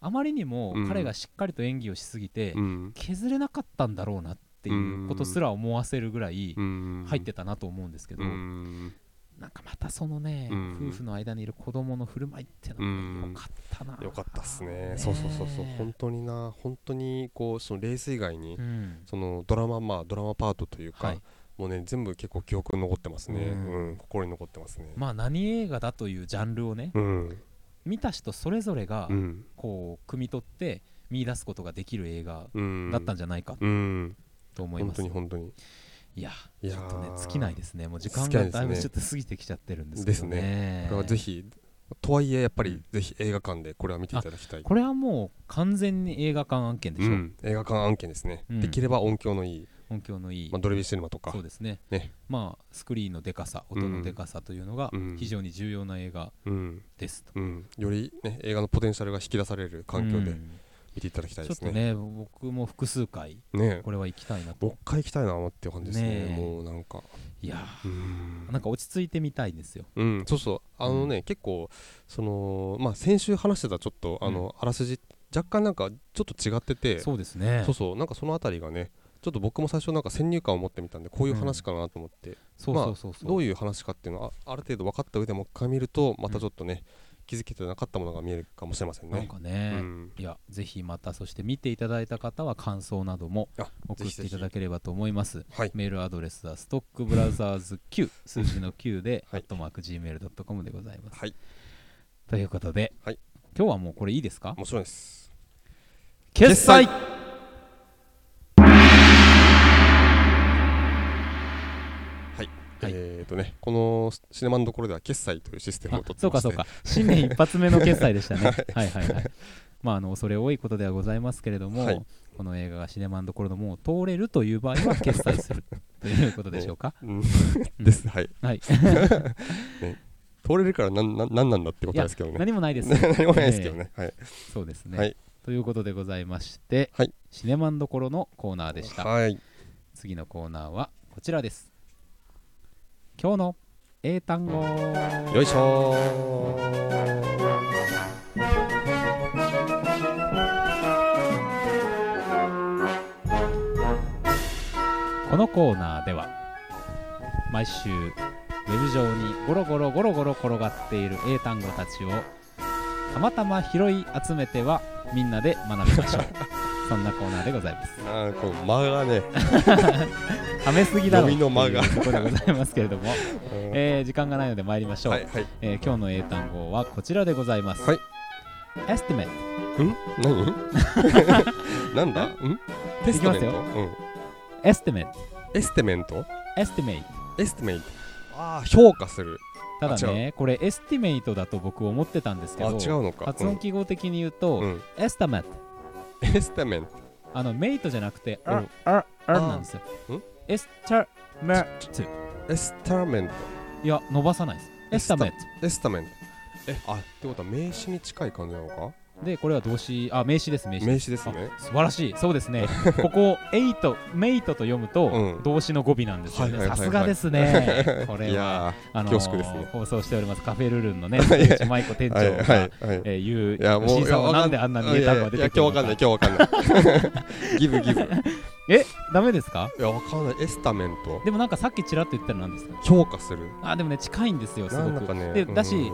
[SPEAKER 1] あまりにも
[SPEAKER 2] うん
[SPEAKER 1] 彼がしっかりと演技をしすぎて
[SPEAKER 2] うん
[SPEAKER 1] 削れなかったんだろうなっていうことすら思わせるぐらい
[SPEAKER 2] うん
[SPEAKER 1] 入ってたなと思うんですけど
[SPEAKER 2] うん
[SPEAKER 1] なんかまたそのね
[SPEAKER 2] うん
[SPEAKER 1] 夫婦の間にいる子供の振る舞いってのがよかったな
[SPEAKER 2] よかったっすねそうそうそうそう本当にな本当にこうそのレース以外に、
[SPEAKER 1] うん
[SPEAKER 2] そのドラマまあドラマパートというか、
[SPEAKER 1] はい
[SPEAKER 2] もうね全部結構記憶に残ってますね、う
[SPEAKER 1] うんん
[SPEAKER 2] 心に残ってますね、
[SPEAKER 1] まあ何映画だというジャンルをね
[SPEAKER 2] うん
[SPEAKER 1] 見た人それぞれが
[SPEAKER 2] うん
[SPEAKER 1] こう汲み取って見出すことができる映画
[SPEAKER 2] うん
[SPEAKER 1] だったんじゃないか
[SPEAKER 2] うん
[SPEAKER 1] と思い
[SPEAKER 2] 本
[SPEAKER 1] ます、
[SPEAKER 2] 当に本当に
[SPEAKER 1] いや
[SPEAKER 2] い
[SPEAKER 1] ち
[SPEAKER 2] や
[SPEAKER 1] ょ
[SPEAKER 2] ー
[SPEAKER 1] っとね尽きないですねもう時間
[SPEAKER 2] 尽きない
[SPEAKER 1] が
[SPEAKER 2] ですね
[SPEAKER 1] だいぶちょっと過ぎてきちゃってるんですけどね
[SPEAKER 2] ですこれはぜひとはいえやっぱりぜひ映画館でこれは見ていただきたい
[SPEAKER 1] これはもう完全に映画館案件でしょ、
[SPEAKER 2] うん映画館案件ですね、
[SPEAKER 1] うん
[SPEAKER 2] できれば音響のいい、
[SPEAKER 1] 音響のいい、
[SPEAKER 2] まあ、ドルビーシネマとか
[SPEAKER 1] そうですね
[SPEAKER 2] ね
[SPEAKER 1] まあスクリーンのでかさ音のでかさというのが
[SPEAKER 2] うん
[SPEAKER 1] 非常に重要な映画
[SPEAKER 2] うん
[SPEAKER 1] ですと、
[SPEAKER 2] うん、より、ね、映画のポテンシャルが引き出される環境
[SPEAKER 1] う
[SPEAKER 2] で
[SPEAKER 1] ん
[SPEAKER 2] 見ていただきたい
[SPEAKER 1] ちょ
[SPEAKER 2] で
[SPEAKER 1] っ
[SPEAKER 2] す
[SPEAKER 1] と
[SPEAKER 2] ね。
[SPEAKER 1] ね僕も複数回
[SPEAKER 2] ね
[SPEAKER 1] これは行きたいな
[SPEAKER 2] もう
[SPEAKER 1] と
[SPEAKER 2] 一回行きたいなっていう感じですね
[SPEAKER 1] ねえ
[SPEAKER 2] もうなんか
[SPEAKER 1] いや
[SPEAKER 2] うん
[SPEAKER 1] ーなんか落ち着いてみたいですよ
[SPEAKER 2] うん、そうそう、あのね、結構、その、まあ、先週話してた、ちょっと、あの、あらすじ。若干なんか、ちょっと違ってて、
[SPEAKER 1] そうですね
[SPEAKER 2] そうそう、なんか、そのあたりがね。ちょっと僕も最初なんか先入観を持ってみたんでこういう話かなと思って、
[SPEAKER 1] そうそうそうそう、
[SPEAKER 2] どういう話かっていうのはあある程度分かった上でもう一回見るとまたちょっとね、気づけてなかったものが見えるかもしれません
[SPEAKER 1] なん
[SPEAKER 2] ね。
[SPEAKER 1] かね、
[SPEAKER 2] うん
[SPEAKER 1] いやぜひまたそして見ていただいた方は感想なども
[SPEAKER 2] あ
[SPEAKER 1] 送っていただ
[SPEAKER 2] き
[SPEAKER 1] ければと思います
[SPEAKER 2] はい
[SPEAKER 1] メールアドレスはストックブラザーズ Q 数字の Q で、
[SPEAKER 2] はい
[SPEAKER 1] アットマーク Gmail.com でございます
[SPEAKER 2] はい
[SPEAKER 1] ということで、
[SPEAKER 2] はい
[SPEAKER 1] 今日はもうこれいいですか
[SPEAKER 2] もちろんです。
[SPEAKER 1] 決
[SPEAKER 2] 済はい、
[SPEAKER 1] はい
[SPEAKER 2] えーとねこのシネマのところでは決済というシステムを
[SPEAKER 1] あ
[SPEAKER 2] 取って
[SPEAKER 1] そう
[SPEAKER 2] ま
[SPEAKER 1] か
[SPEAKER 2] して
[SPEAKER 1] そうか新年一発目の決済でしたね はいはいはいまああの恐れ多いことではございますけれども、
[SPEAKER 2] はい
[SPEAKER 1] この映画がシネマンどころのもう通れるという場合は決済するということでしょうか、
[SPEAKER 2] うん
[SPEAKER 1] うん
[SPEAKER 2] です、はい
[SPEAKER 1] はい
[SPEAKER 2] 通れるからなんなんなんなんだってこ
[SPEAKER 1] い
[SPEAKER 2] と
[SPEAKER 1] や
[SPEAKER 2] ですけどね
[SPEAKER 1] 何もないです
[SPEAKER 2] 何もないですけどね、はい
[SPEAKER 1] そうですね、
[SPEAKER 2] はい
[SPEAKER 1] ということでございまして、
[SPEAKER 2] はい
[SPEAKER 1] シネマンどころのコーナーでした、
[SPEAKER 2] はい
[SPEAKER 1] 次のコーナーはこちらです今日の英単語
[SPEAKER 2] よいしょー
[SPEAKER 1] このコーナーでは毎週ウェブ上にゴロゴロゴロゴロ転がっている英単語たちをたまたま拾い集めてはみんなで学びまし ょうそんなコーナーでございます
[SPEAKER 2] あーこの間がね、
[SPEAKER 1] はめすぎだろ
[SPEAKER 2] 読みの間が
[SPEAKER 1] っていうところでございますけれど も、
[SPEAKER 2] うん
[SPEAKER 1] えー時間がないので参りましょう、
[SPEAKER 2] はいはい
[SPEAKER 1] えー今日の英単語はこちらでございます、
[SPEAKER 2] はい
[SPEAKER 1] エスティメン
[SPEAKER 2] ん 何なんだんテストメン
[SPEAKER 1] いき
[SPEAKER 2] ト、う
[SPEAKER 1] トエスティメント
[SPEAKER 2] ん、エステメント
[SPEAKER 1] エスティメイト
[SPEAKER 2] エステメントああ評価する
[SPEAKER 1] ただ
[SPEAKER 2] あ
[SPEAKER 1] ねこれエスティメイトだと僕思ってたんですけ
[SPEAKER 2] あ
[SPEAKER 1] ど
[SPEAKER 2] 違うのか
[SPEAKER 1] 発音記号的に言うと、
[SPEAKER 2] うんうん
[SPEAKER 1] エスタメット
[SPEAKER 2] エステメント
[SPEAKER 1] あのメイトじゃなくて、
[SPEAKER 2] うん
[SPEAKER 1] あああなんですよ
[SPEAKER 2] うん
[SPEAKER 1] エスタメット
[SPEAKER 2] エスタメント
[SPEAKER 1] いや伸ばさないですエスタメット
[SPEAKER 2] エスタメントえあってことは名詞に近い感じなのか
[SPEAKER 1] でこれは動詞あ名詞です名詞
[SPEAKER 2] 名詞ですね
[SPEAKER 1] 素晴らしいそうです ねここをエイトメイトと読むと、
[SPEAKER 2] うん
[SPEAKER 1] 動詞の語尾なんですよね、
[SPEAKER 2] はいはいはいはい
[SPEAKER 1] さすがです ねこれ
[SPEAKER 2] い
[SPEAKER 1] は
[SPEAKER 2] や
[SPEAKER 1] あのー
[SPEAKER 2] 恐縮ですね
[SPEAKER 1] 放送しておりますカフェルルン のね竹内舞子店
[SPEAKER 2] ー
[SPEAKER 1] 長
[SPEAKER 2] はい
[SPEAKER 1] が、
[SPEAKER 2] はいはい
[SPEAKER 1] えー、言う
[SPEAKER 2] いやもう
[SPEAKER 1] 石井さんはなんであんなにネタが出てくるのか
[SPEAKER 2] いや今日わかんない今日わかんない ギブギブい
[SPEAKER 1] えダメですか
[SPEAKER 2] やわかんないエスタメント
[SPEAKER 1] でもなんかさっきちらっと言ったのなんですか
[SPEAKER 2] 評価する
[SPEAKER 1] あでもね近いんですよす
[SPEAKER 2] な
[SPEAKER 1] ご
[SPEAKER 2] んだか
[SPEAKER 1] く、
[SPEAKER 2] ね
[SPEAKER 1] で
[SPEAKER 2] うん
[SPEAKER 1] だし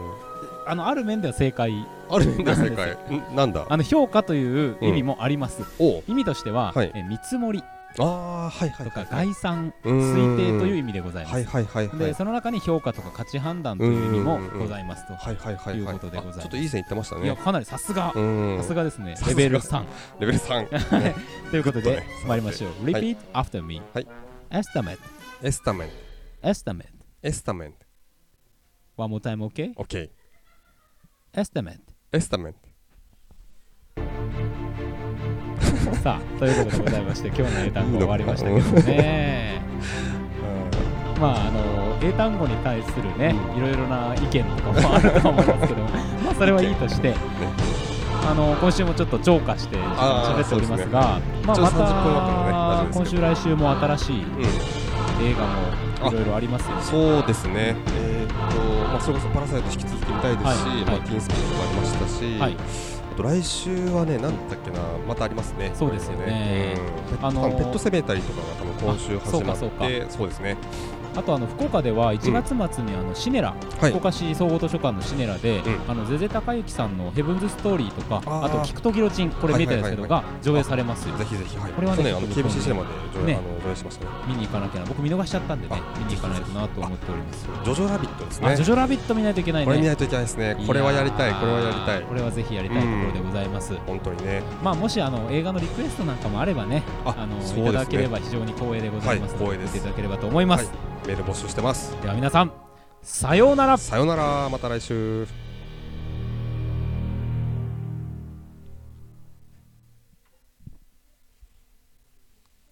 [SPEAKER 1] あのある面では正解
[SPEAKER 2] あるんだ世
[SPEAKER 1] な
[SPEAKER 2] 界んなんだ
[SPEAKER 1] あの評価という意味もあります、
[SPEAKER 2] おう
[SPEAKER 1] 意味としては、
[SPEAKER 2] はい
[SPEAKER 1] え見積もり
[SPEAKER 2] ああはいはい
[SPEAKER 1] と
[SPEAKER 2] は
[SPEAKER 1] か
[SPEAKER 2] いはい
[SPEAKER 1] 概算、
[SPEAKER 2] うーん
[SPEAKER 1] 推定という意味でございます、
[SPEAKER 2] はいはいはいはい
[SPEAKER 1] でその中に評価とか価値判断という意味も
[SPEAKER 2] うんうんうん
[SPEAKER 1] ございますと、
[SPEAKER 2] はいはいはい
[SPEAKER 1] いう
[SPEAKER 2] はい
[SPEAKER 1] ことでございます
[SPEAKER 2] あちょっといい線いってました
[SPEAKER 1] いや
[SPEAKER 2] ね
[SPEAKER 1] かなりさすが、
[SPEAKER 2] うん
[SPEAKER 1] さすがですね
[SPEAKER 2] さすが
[SPEAKER 1] レベル3
[SPEAKER 2] レベル三ね
[SPEAKER 1] ということ
[SPEAKER 2] ちょっ
[SPEAKER 1] で、
[SPEAKER 2] とね
[SPEAKER 1] 参りましょう Repeat after me、
[SPEAKER 2] はい
[SPEAKER 1] エスタメント
[SPEAKER 2] エスタメント
[SPEAKER 1] エスタメント
[SPEAKER 2] エスタメント
[SPEAKER 1] One more time OK
[SPEAKER 2] オッケー
[SPEAKER 1] エスタメント
[SPEAKER 2] エスタメント
[SPEAKER 1] さあということでございま して今日の英単語終わりましたけどねまああの英単語に対するねいろいろな意見とかもあると思いますけど まあそれはいいとしてあの今週もちょっと超過して
[SPEAKER 2] あー
[SPEAKER 1] 喋っておりますがまあ
[SPEAKER 2] ちょうど30分枠のねラ
[SPEAKER 1] また
[SPEAKER 2] ジオで
[SPEAKER 1] 今
[SPEAKER 2] すけ
[SPEAKER 1] 週
[SPEAKER 2] ど
[SPEAKER 1] 来週も新しい
[SPEAKER 2] うん
[SPEAKER 1] 映画もいろいろありますよね
[SPEAKER 2] そうですね、えーっとまあ、それこそ「パラサイト」引き続き見たいですし、
[SPEAKER 1] はいは
[SPEAKER 2] まあ、
[SPEAKER 1] い
[SPEAKER 2] ティーンスピードもありましたし、
[SPEAKER 1] はい
[SPEAKER 2] あと来週はね、なんだっけな、またありますね、
[SPEAKER 1] そうですよね
[SPEAKER 2] うん
[SPEAKER 1] あのー
[SPEAKER 2] ペットセメタリーとかが多分今週
[SPEAKER 1] あそう
[SPEAKER 2] 始
[SPEAKER 1] か
[SPEAKER 2] まって、
[SPEAKER 1] そ
[SPEAKER 2] そう
[SPEAKER 1] か
[SPEAKER 2] うですね、
[SPEAKER 1] あとあの福岡では1月末にあのシネラ、
[SPEAKER 2] はい
[SPEAKER 1] 福岡市総合図書館のシネラで、
[SPEAKER 2] うん
[SPEAKER 1] あのゼゼ隆之さんの「ヘブンズ・ストーリー」とか
[SPEAKER 2] あ
[SPEAKER 1] あ
[SPEAKER 2] ー
[SPEAKER 1] と「キクとギロチン」これ見てるんですけど
[SPEAKER 2] はいは
[SPEAKER 1] が上映されますよ
[SPEAKER 2] ぜひぜひ、はい、
[SPEAKER 1] これはね
[SPEAKER 2] 去年あ
[SPEAKER 1] ちょ
[SPEAKER 2] の、
[SPEAKER 1] っと
[SPEAKER 2] KBC シネマで上映,、
[SPEAKER 1] ね
[SPEAKER 2] あの上映しましたね、
[SPEAKER 1] 見に行かなきゃな僕見逃しちゃったんでね
[SPEAKER 2] あ
[SPEAKER 1] 見に行かないとなと思っております
[SPEAKER 2] ジョジョラビットですね、
[SPEAKER 1] あジョジョラビット見ないといけない
[SPEAKER 2] これ見な
[SPEAKER 1] ね
[SPEAKER 2] いといけないですね、これはやりたい、
[SPEAKER 1] やー
[SPEAKER 2] これはやりたい、
[SPEAKER 1] これはぜひやりたいところでございます、
[SPEAKER 2] 本当にね、
[SPEAKER 1] まあもしあの映画のリクエストなんかもあればねあ
[SPEAKER 2] あ
[SPEAKER 1] の、
[SPEAKER 2] そうですね
[SPEAKER 1] いただければ非常に光栄でございますので、
[SPEAKER 2] はい光栄です
[SPEAKER 1] 見ていただければと思います、
[SPEAKER 2] はいメール募集してます。
[SPEAKER 1] では皆さんさようなら
[SPEAKER 2] さよなら、また来週。